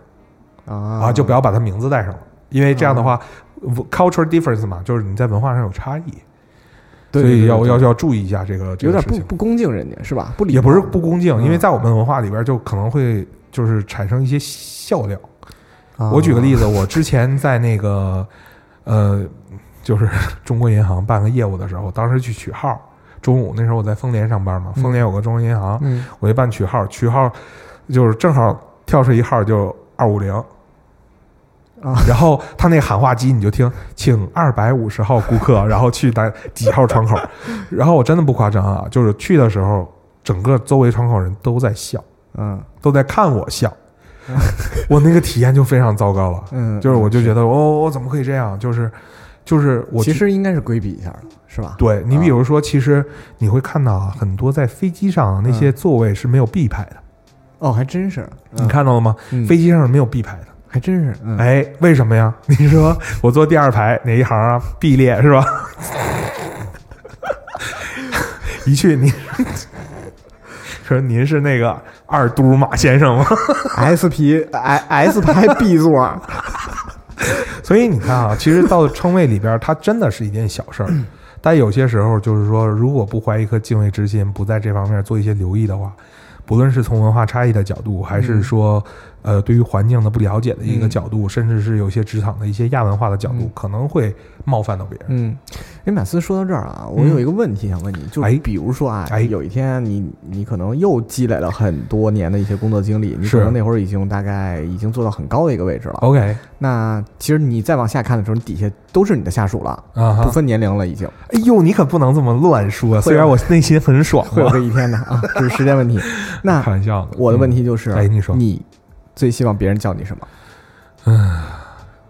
[SPEAKER 2] 啊
[SPEAKER 1] 啊，就不要把他名字带上了，因为这样的话、c u l t u r e difference 嘛，就是你在文化上有差异，所
[SPEAKER 2] 对，对
[SPEAKER 1] 以
[SPEAKER 2] 对
[SPEAKER 1] 要
[SPEAKER 2] 对
[SPEAKER 1] 要要注意一下这个这
[SPEAKER 2] 有
[SPEAKER 1] 个
[SPEAKER 2] 点
[SPEAKER 1] 事
[SPEAKER 2] 不
[SPEAKER 1] 情。
[SPEAKER 2] 不恭敬人家是吧？不礼貌
[SPEAKER 1] 也不是不恭敬，
[SPEAKER 2] 嗯
[SPEAKER 1] 因为在我们文化里边就可能会就是产生一些笑料。
[SPEAKER 2] 啊
[SPEAKER 1] 我举个例子，我之前在那 个呃，就是中国银行办个业务的时候，当时去取号，中午那时候我在丰联上班嘛，丰联有个中央银行，
[SPEAKER 2] 嗯，
[SPEAKER 1] 我就办取号，取号就是正好跳出一号就二五零
[SPEAKER 2] 啊，
[SPEAKER 1] 然后他那喊话机你就 听，请二百五十号顾客，然后去哪几号窗口，然后我真的不夸张啊，就是去的时候，整个周围窗口人都在笑，
[SPEAKER 2] 嗯
[SPEAKER 1] 都在看我 笑，我那个体验就非常糟糕了，
[SPEAKER 2] 嗯，
[SPEAKER 1] 就是我就觉得哦，我怎么可以这样？就是就是我
[SPEAKER 2] 其
[SPEAKER 1] 去
[SPEAKER 2] 实应该是规避一下的，是吧？
[SPEAKER 1] 对你
[SPEAKER 2] 啊
[SPEAKER 1] 比如说，其实你会看到啊，很多在飞机上啊那
[SPEAKER 2] 嗯
[SPEAKER 1] 些座位是没有 B 排的。
[SPEAKER 2] 哦，还真是，
[SPEAKER 1] 你看到了吗？
[SPEAKER 2] 嗯
[SPEAKER 1] 飞机上是没有 B 排的。
[SPEAKER 2] 还真是，嗯，
[SPEAKER 1] 哎，为什么呀？ 你说我坐第二排哪一行啊？B 列是吧？ 一去您 说您是那个二嘟马先生吗？
[SPEAKER 2] S 皮
[SPEAKER 1] 哎
[SPEAKER 2] S 排 B 座，
[SPEAKER 1] 所以你看啊，其实到称谓里边儿，它真的是一件小事 儿。但有些时候，就是说，如果不怀一颗敬畏之心，不在这方面做一些留意的话，不论是从文化差异的角度，还是说，呃，对于环境的不了解的一个
[SPEAKER 2] 嗯
[SPEAKER 1] 角度，甚至是有些职场的一些亚文化的角度
[SPEAKER 2] 嗯，
[SPEAKER 1] 可能会冒犯到别人。
[SPEAKER 2] 嗯，哎，马斯说到这儿啊，我有一个问题想问你，
[SPEAKER 1] 嗯
[SPEAKER 2] 就
[SPEAKER 1] 哎
[SPEAKER 2] 是比如说啊，
[SPEAKER 1] 哎
[SPEAKER 2] 有一天你你可能又积累了很多年的一些工作经历，你
[SPEAKER 1] 是
[SPEAKER 2] 可能那会儿已经大概已经做到很高的一个位置了。
[SPEAKER 1] OK
[SPEAKER 2] 那其实你再往下看的时候，你底下都是你的下属了，
[SPEAKER 1] 啊
[SPEAKER 2] 不
[SPEAKER 1] 哈，
[SPEAKER 2] 分年龄了，已经
[SPEAKER 1] 哎呦，你可不能这么乱说，虽然我内心很爽啊，
[SPEAKER 2] 会有这一天的 啊，只是时间问题。那
[SPEAKER 1] 开玩笑的。
[SPEAKER 2] 我的问
[SPEAKER 1] 嗯，
[SPEAKER 2] 题就是，
[SPEAKER 1] 哎你说
[SPEAKER 2] 你最希望别人叫你什么？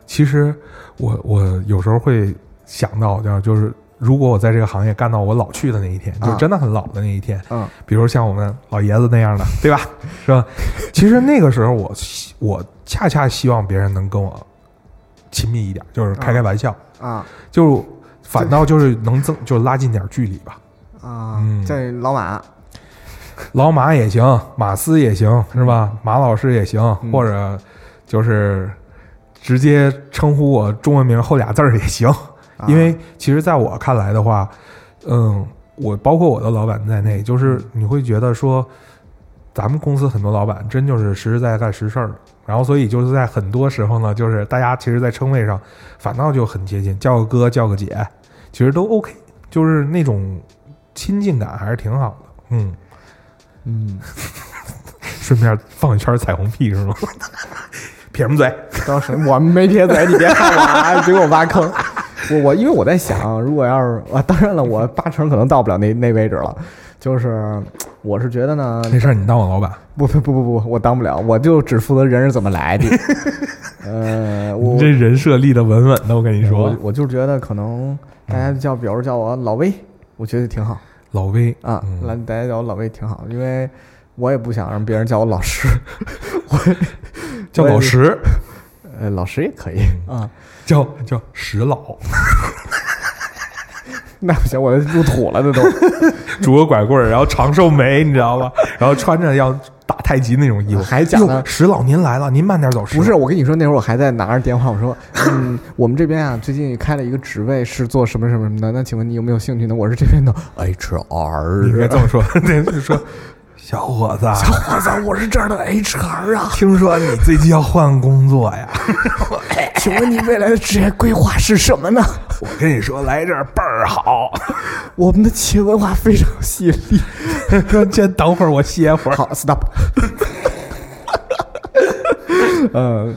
[SPEAKER 1] 其实我我有时候会想到，就是就是如果我在这个行业干到我老去的那一天，
[SPEAKER 2] 啊
[SPEAKER 1] 就真的很老的那一天，
[SPEAKER 2] 嗯，
[SPEAKER 1] 比如像我们老爷子那样的， 对吧？是吧？其实那个时候我希我恰恰希望别人能跟我亲密一点，就是开开玩笑，
[SPEAKER 2] 啊
[SPEAKER 1] 就反倒就是能增就拉近点距离 吧。
[SPEAKER 2] 啊
[SPEAKER 1] 嗯，
[SPEAKER 2] 叫你老马，
[SPEAKER 1] 老马也行，马斯也行，是吧？马老师也行，
[SPEAKER 2] 嗯
[SPEAKER 1] 或者就是直接称呼我中文名后俩字儿也行。
[SPEAKER 2] 啊
[SPEAKER 1] 因为其实在我看来的话，嗯，我包括我的老板在内，就是
[SPEAKER 2] 嗯
[SPEAKER 1] 你会觉得说，咱们公司很多老板真就是实实在在干实事儿的，然后所以就是在很多时候呢，就是大家其实，在称谓上反倒就很接近，叫个哥叫个姐，其实都 OK，就是那种亲近感还是挺好的。嗯，
[SPEAKER 2] 嗯，
[SPEAKER 1] 顺便放一圈彩虹屁是吗？ 撇什么 嘴？
[SPEAKER 2] 当时我没撇嘴，你别看我啊， 别给我挖坑。我我因为我在想，如果要是啊，当然了，我八成可能到不了那那位置了。就是我是觉得呢，
[SPEAKER 1] 没事儿，你当我老板，
[SPEAKER 2] 不不不不不，我当不了，我就只负责人是怎么来的。呃，我
[SPEAKER 1] 你这人设立得稳稳的，我跟你说
[SPEAKER 2] 我，我就是觉得可能大家叫，比如叫我老魏，我觉得挺好
[SPEAKER 1] 老威
[SPEAKER 2] 啊，
[SPEAKER 1] 嗯
[SPEAKER 2] 来大家叫我老魏挺好，因为我也不想让别人叫我 老师，
[SPEAKER 1] 叫
[SPEAKER 2] 我也
[SPEAKER 1] 老嗯石。
[SPEAKER 2] 呃，老师也可以啊。
[SPEAKER 1] 叫叫石老，
[SPEAKER 2] 那不行，我入土了，这都。
[SPEAKER 1] 拄个拐棍儿，然后长寿眉，你知道吧？然后穿着要打太极那种衣服，
[SPEAKER 2] 还假呢
[SPEAKER 1] 哟石老您来了，您慢点走。石老
[SPEAKER 2] 不是，，我跟你说，那会儿我还在拿着电话，我说，嗯， 我们这边啊，最近开了一个职位，是做什么什么什么的。那请问你有没有兴趣呢？我是这边的
[SPEAKER 1] 你应该
[SPEAKER 2] HR。
[SPEAKER 1] 这么说， 对，就说小伙子啊，
[SPEAKER 2] 我操，我是这儿的 HR 啊，
[SPEAKER 1] 听说你最近要换工作呀？
[SPEAKER 2] 哎请问你未来的职业规划是什么呢？
[SPEAKER 1] 我跟你说，来这儿倍儿好。
[SPEAKER 2] 我们的企业文化非常犀利。
[SPEAKER 1] 说先等会儿，我歇会儿。
[SPEAKER 2] 好，stop。呃，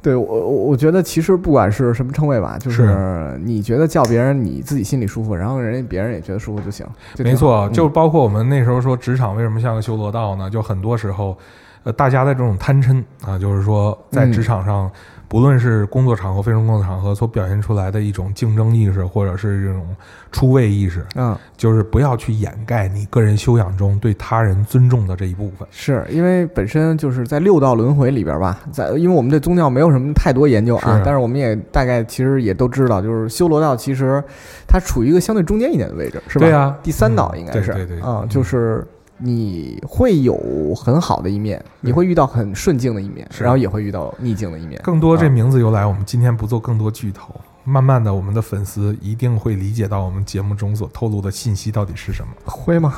[SPEAKER 2] 对我我我觉得其实不管是什么称谓吧，就是
[SPEAKER 1] 是
[SPEAKER 2] 你觉得叫别人你自己心里舒服，然后人家别人也觉得舒服就行。就挺好
[SPEAKER 1] 没错，
[SPEAKER 2] 嗯
[SPEAKER 1] 就包括我们那时候说职场为什么像个修罗道呢？就很多时候，呃，大家的这种贪嗔啊，就是说在
[SPEAKER 2] 嗯
[SPEAKER 1] 职场上，不论是工作场合、非工作场合所表现出来的一种竞争意识，或者是这种出位意识，
[SPEAKER 2] 嗯。
[SPEAKER 1] 就是不要去掩盖你个人修养中对他人尊重的这一部分。
[SPEAKER 2] 是因为本身就是在六道轮回里边吧，在因为我们对宗教没有什么太多研究啊，
[SPEAKER 1] 是
[SPEAKER 2] 但是我们也大概其实也都知道，就是修罗道其实它处于一个相对中间一点的位置，是吧？
[SPEAKER 1] 对啊
[SPEAKER 2] 第三道应该是，
[SPEAKER 1] 嗯对对对
[SPEAKER 2] 啊、
[SPEAKER 1] 嗯
[SPEAKER 2] 就是你会有很好的一面，你会遇到很顺境的一面，
[SPEAKER 1] 是
[SPEAKER 2] 然后也会遇到逆境的一面。
[SPEAKER 1] 更多这
[SPEAKER 2] 啊
[SPEAKER 1] 名字由来，我们今天不做更多剧透。慢慢的，我们的粉丝一定会理解到我们节目中所透露的信息到底是什么。
[SPEAKER 2] 会吗？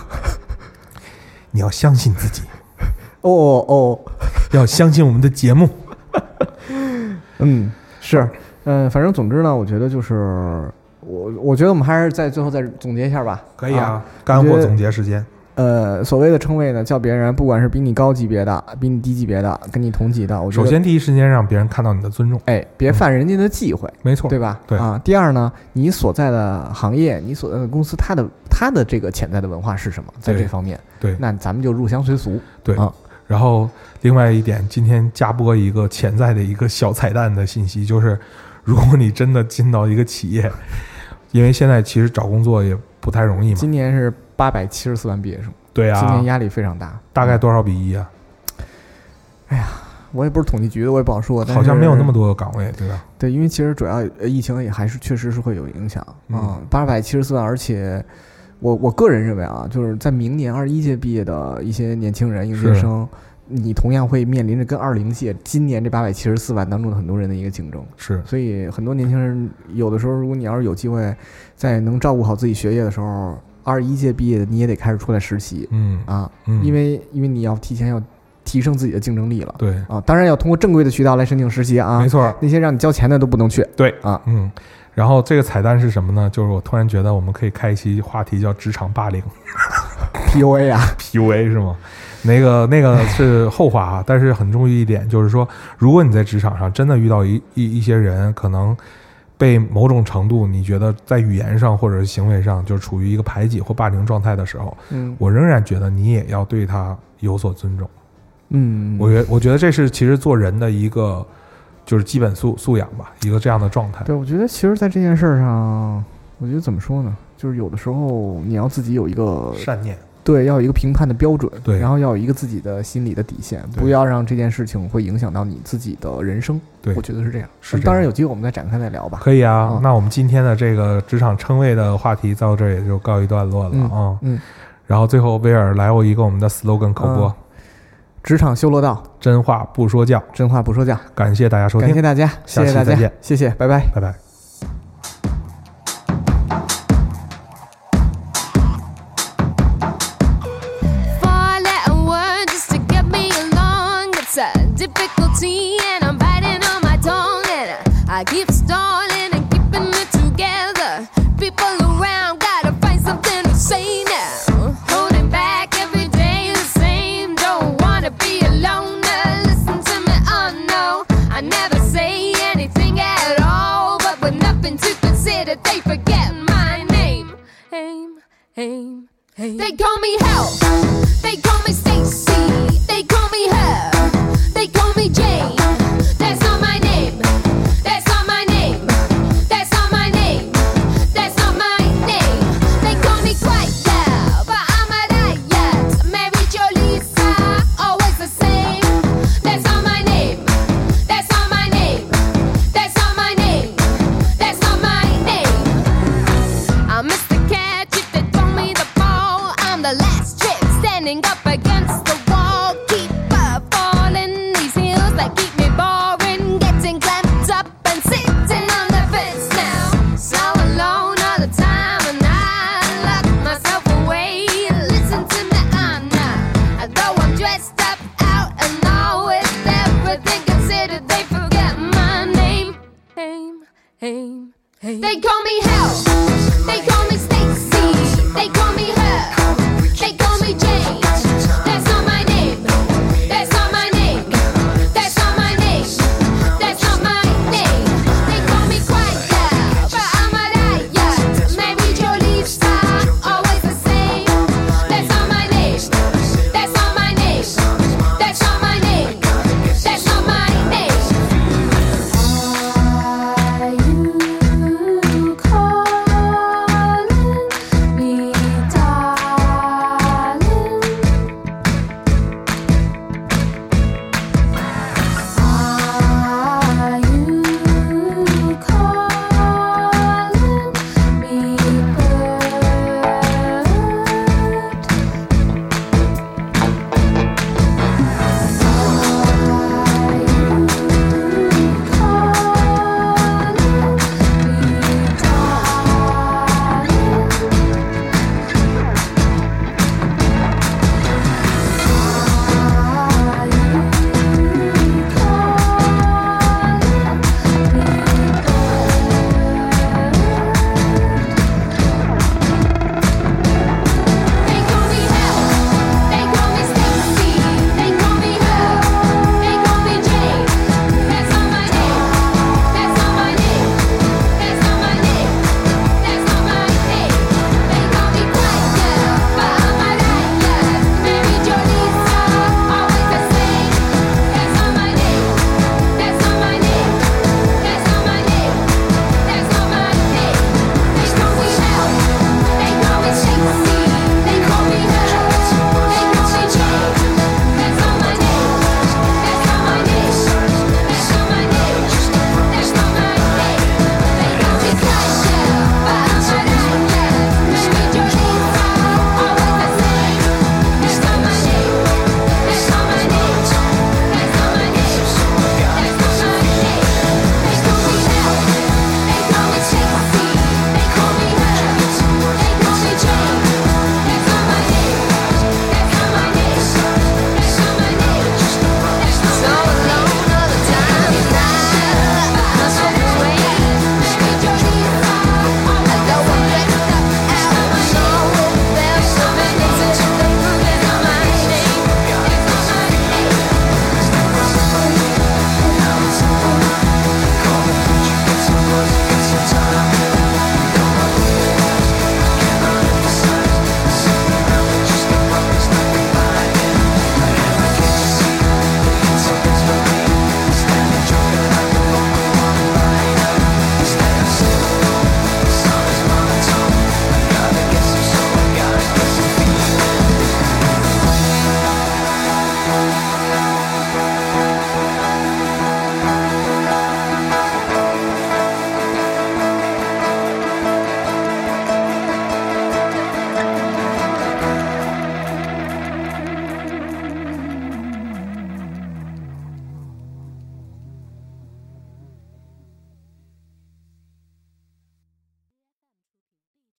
[SPEAKER 1] 你要相信自己，
[SPEAKER 2] 哦哦哦，
[SPEAKER 1] 要相信我们的节目。
[SPEAKER 2] 嗯，是，嗯、反正总之呢，我觉得就是我我觉得我们还是在最后再总结一下吧。
[SPEAKER 1] 可以
[SPEAKER 2] 啊，
[SPEAKER 1] 干货总结时间。
[SPEAKER 2] 呃，所谓的称谓呢，叫别人不管是比你高级别的、比你低级别的、跟你同级的，我觉
[SPEAKER 1] 首
[SPEAKER 2] 得
[SPEAKER 1] 先，嗯第一时间让别人看到你的尊重，
[SPEAKER 2] 哎，别犯人家的忌讳，
[SPEAKER 1] 没错，
[SPEAKER 2] 对吧？
[SPEAKER 1] 对
[SPEAKER 2] 啊。第二呢，你所在的行业、你所在呃的公司，它的它的这个潜在的文化是什么，在
[SPEAKER 1] 对
[SPEAKER 2] 这方面，
[SPEAKER 1] 对
[SPEAKER 2] 那咱们就入乡随俗。
[SPEAKER 1] 对
[SPEAKER 2] 啊。
[SPEAKER 1] 然后另外一点，今天加播一个潜在的一个小彩蛋的信息，就是如果你真的进到一个企业， 因为现在其实找工作也不太容易嘛，
[SPEAKER 2] 今年是八百七十四万毕业生，
[SPEAKER 1] 对
[SPEAKER 2] 今年
[SPEAKER 1] 啊，
[SPEAKER 2] 压力非常大。嗯
[SPEAKER 1] 大概多少比一啊？
[SPEAKER 2] 我也不是统计局的，我也不好说。但
[SPEAKER 1] 好像
[SPEAKER 2] 是
[SPEAKER 1] 没有那么多个岗位，对吧？
[SPEAKER 2] 对，因为其实主要呃疫情也还是确实是会有影响
[SPEAKER 1] 嗯
[SPEAKER 2] 啊，八百七十四万，而且我我个人认为啊，就是在明年二一届毕业的一些年轻人应
[SPEAKER 1] 是
[SPEAKER 2] 届生，你同样会面临着跟二零届今年这八百七十四万当中的很多人的一个竞争，
[SPEAKER 1] 是，
[SPEAKER 2] 所以很多年轻人有的时候，如果你要是有机会在能照顾好自己学业的时候，二一届毕业的你也得开始出来实习
[SPEAKER 1] 嗯
[SPEAKER 2] 啊，
[SPEAKER 1] 嗯，
[SPEAKER 2] 因为因为你要提前要提升自己的竞争力了
[SPEAKER 1] 对，
[SPEAKER 2] 啊，当然要通过正规的渠道来申请实习啊，
[SPEAKER 1] 没错，
[SPEAKER 2] 那些让你交钱的都不 能去。
[SPEAKER 1] 对
[SPEAKER 2] 啊，
[SPEAKER 1] 嗯。然后这个彩蛋是什么呢？就是我突然觉得我们可以开一期话题叫职场霸凌
[SPEAKER 2] PUA 啊，
[SPEAKER 1] （PUA） 是吗？那个那个是后话啊，但是很重要一点就是说，如果你在职场上真的遇到一一一些人，可能被某种程度你觉得在语言上或者是行为上就处于一个排挤或霸凌状态的时候，
[SPEAKER 2] 嗯
[SPEAKER 1] 我仍然觉得你也要对他有所尊重。
[SPEAKER 2] 嗯，
[SPEAKER 1] 我觉我觉得这是其实做人的一个就是基本素素养吧，一个这样的状态。
[SPEAKER 2] 对，我觉得其实，在这件事儿上，我觉得怎么说呢，就是有的时候你要自己有一个
[SPEAKER 1] 善念，
[SPEAKER 2] 对，要有一个评判的标准，
[SPEAKER 1] 对
[SPEAKER 2] 然后要有一个自己的心理的底线，
[SPEAKER 1] 对
[SPEAKER 2] 不要让这件事情会影响到你自己的人生。
[SPEAKER 1] 对
[SPEAKER 2] 我觉得是这样。
[SPEAKER 1] 是这样
[SPEAKER 2] 当然有机会我们再展开再聊吧。
[SPEAKER 1] 可以啊，
[SPEAKER 2] 嗯
[SPEAKER 1] 那我们今天的这个职场称谓的话题到这儿也就告一段落了啊。
[SPEAKER 2] 嗯嗯
[SPEAKER 1] 然后最后威尔来我一个我们的 slogan 口播，
[SPEAKER 2] 嗯职场修罗道，
[SPEAKER 1] 真话不说教，
[SPEAKER 2] 真话不说教。
[SPEAKER 1] 感谢大家收
[SPEAKER 2] 感谢
[SPEAKER 1] 听，
[SPEAKER 2] 大家，
[SPEAKER 1] 下
[SPEAKER 2] 谢
[SPEAKER 1] 期
[SPEAKER 2] 谢大
[SPEAKER 1] 再
[SPEAKER 2] 家
[SPEAKER 1] 见，
[SPEAKER 2] 谢谢，拜拜。
[SPEAKER 1] 拜拜。
[SPEAKER 3] four letter word just to get me along. It's a difficulty, and I'm biting on my tongue. And I keep stalling and keeping it together. People around gotta find something to say now. Holding back every day the same. Don't wanna be a loner. Listen to me, oh no. I never say anything at all, but with nothing to consider, they forget my name. Aim, aim. They call me help. They call me Stacy. They call me her. They call me Jane. That's not my name. That's not my name. That's not my name. That's not my name. They call me quite but I'm a diet. Mary Jo Lisa, always the same. That's not my name. That's not my name. That's not my name. That's not my name. I'm Mr. Uh, Catch if they throw me the ball. I'm the last trip standing up against the wall. Keep uh, falling these hills that keep me boring. Getting clamped up and sitting on the fence now. So alone all the time, and I lock myself away. Listen to me, I'm not. Although I'm dressed up, out and all with everything considered, they forget my name. Aim, aim, aim. They call me help.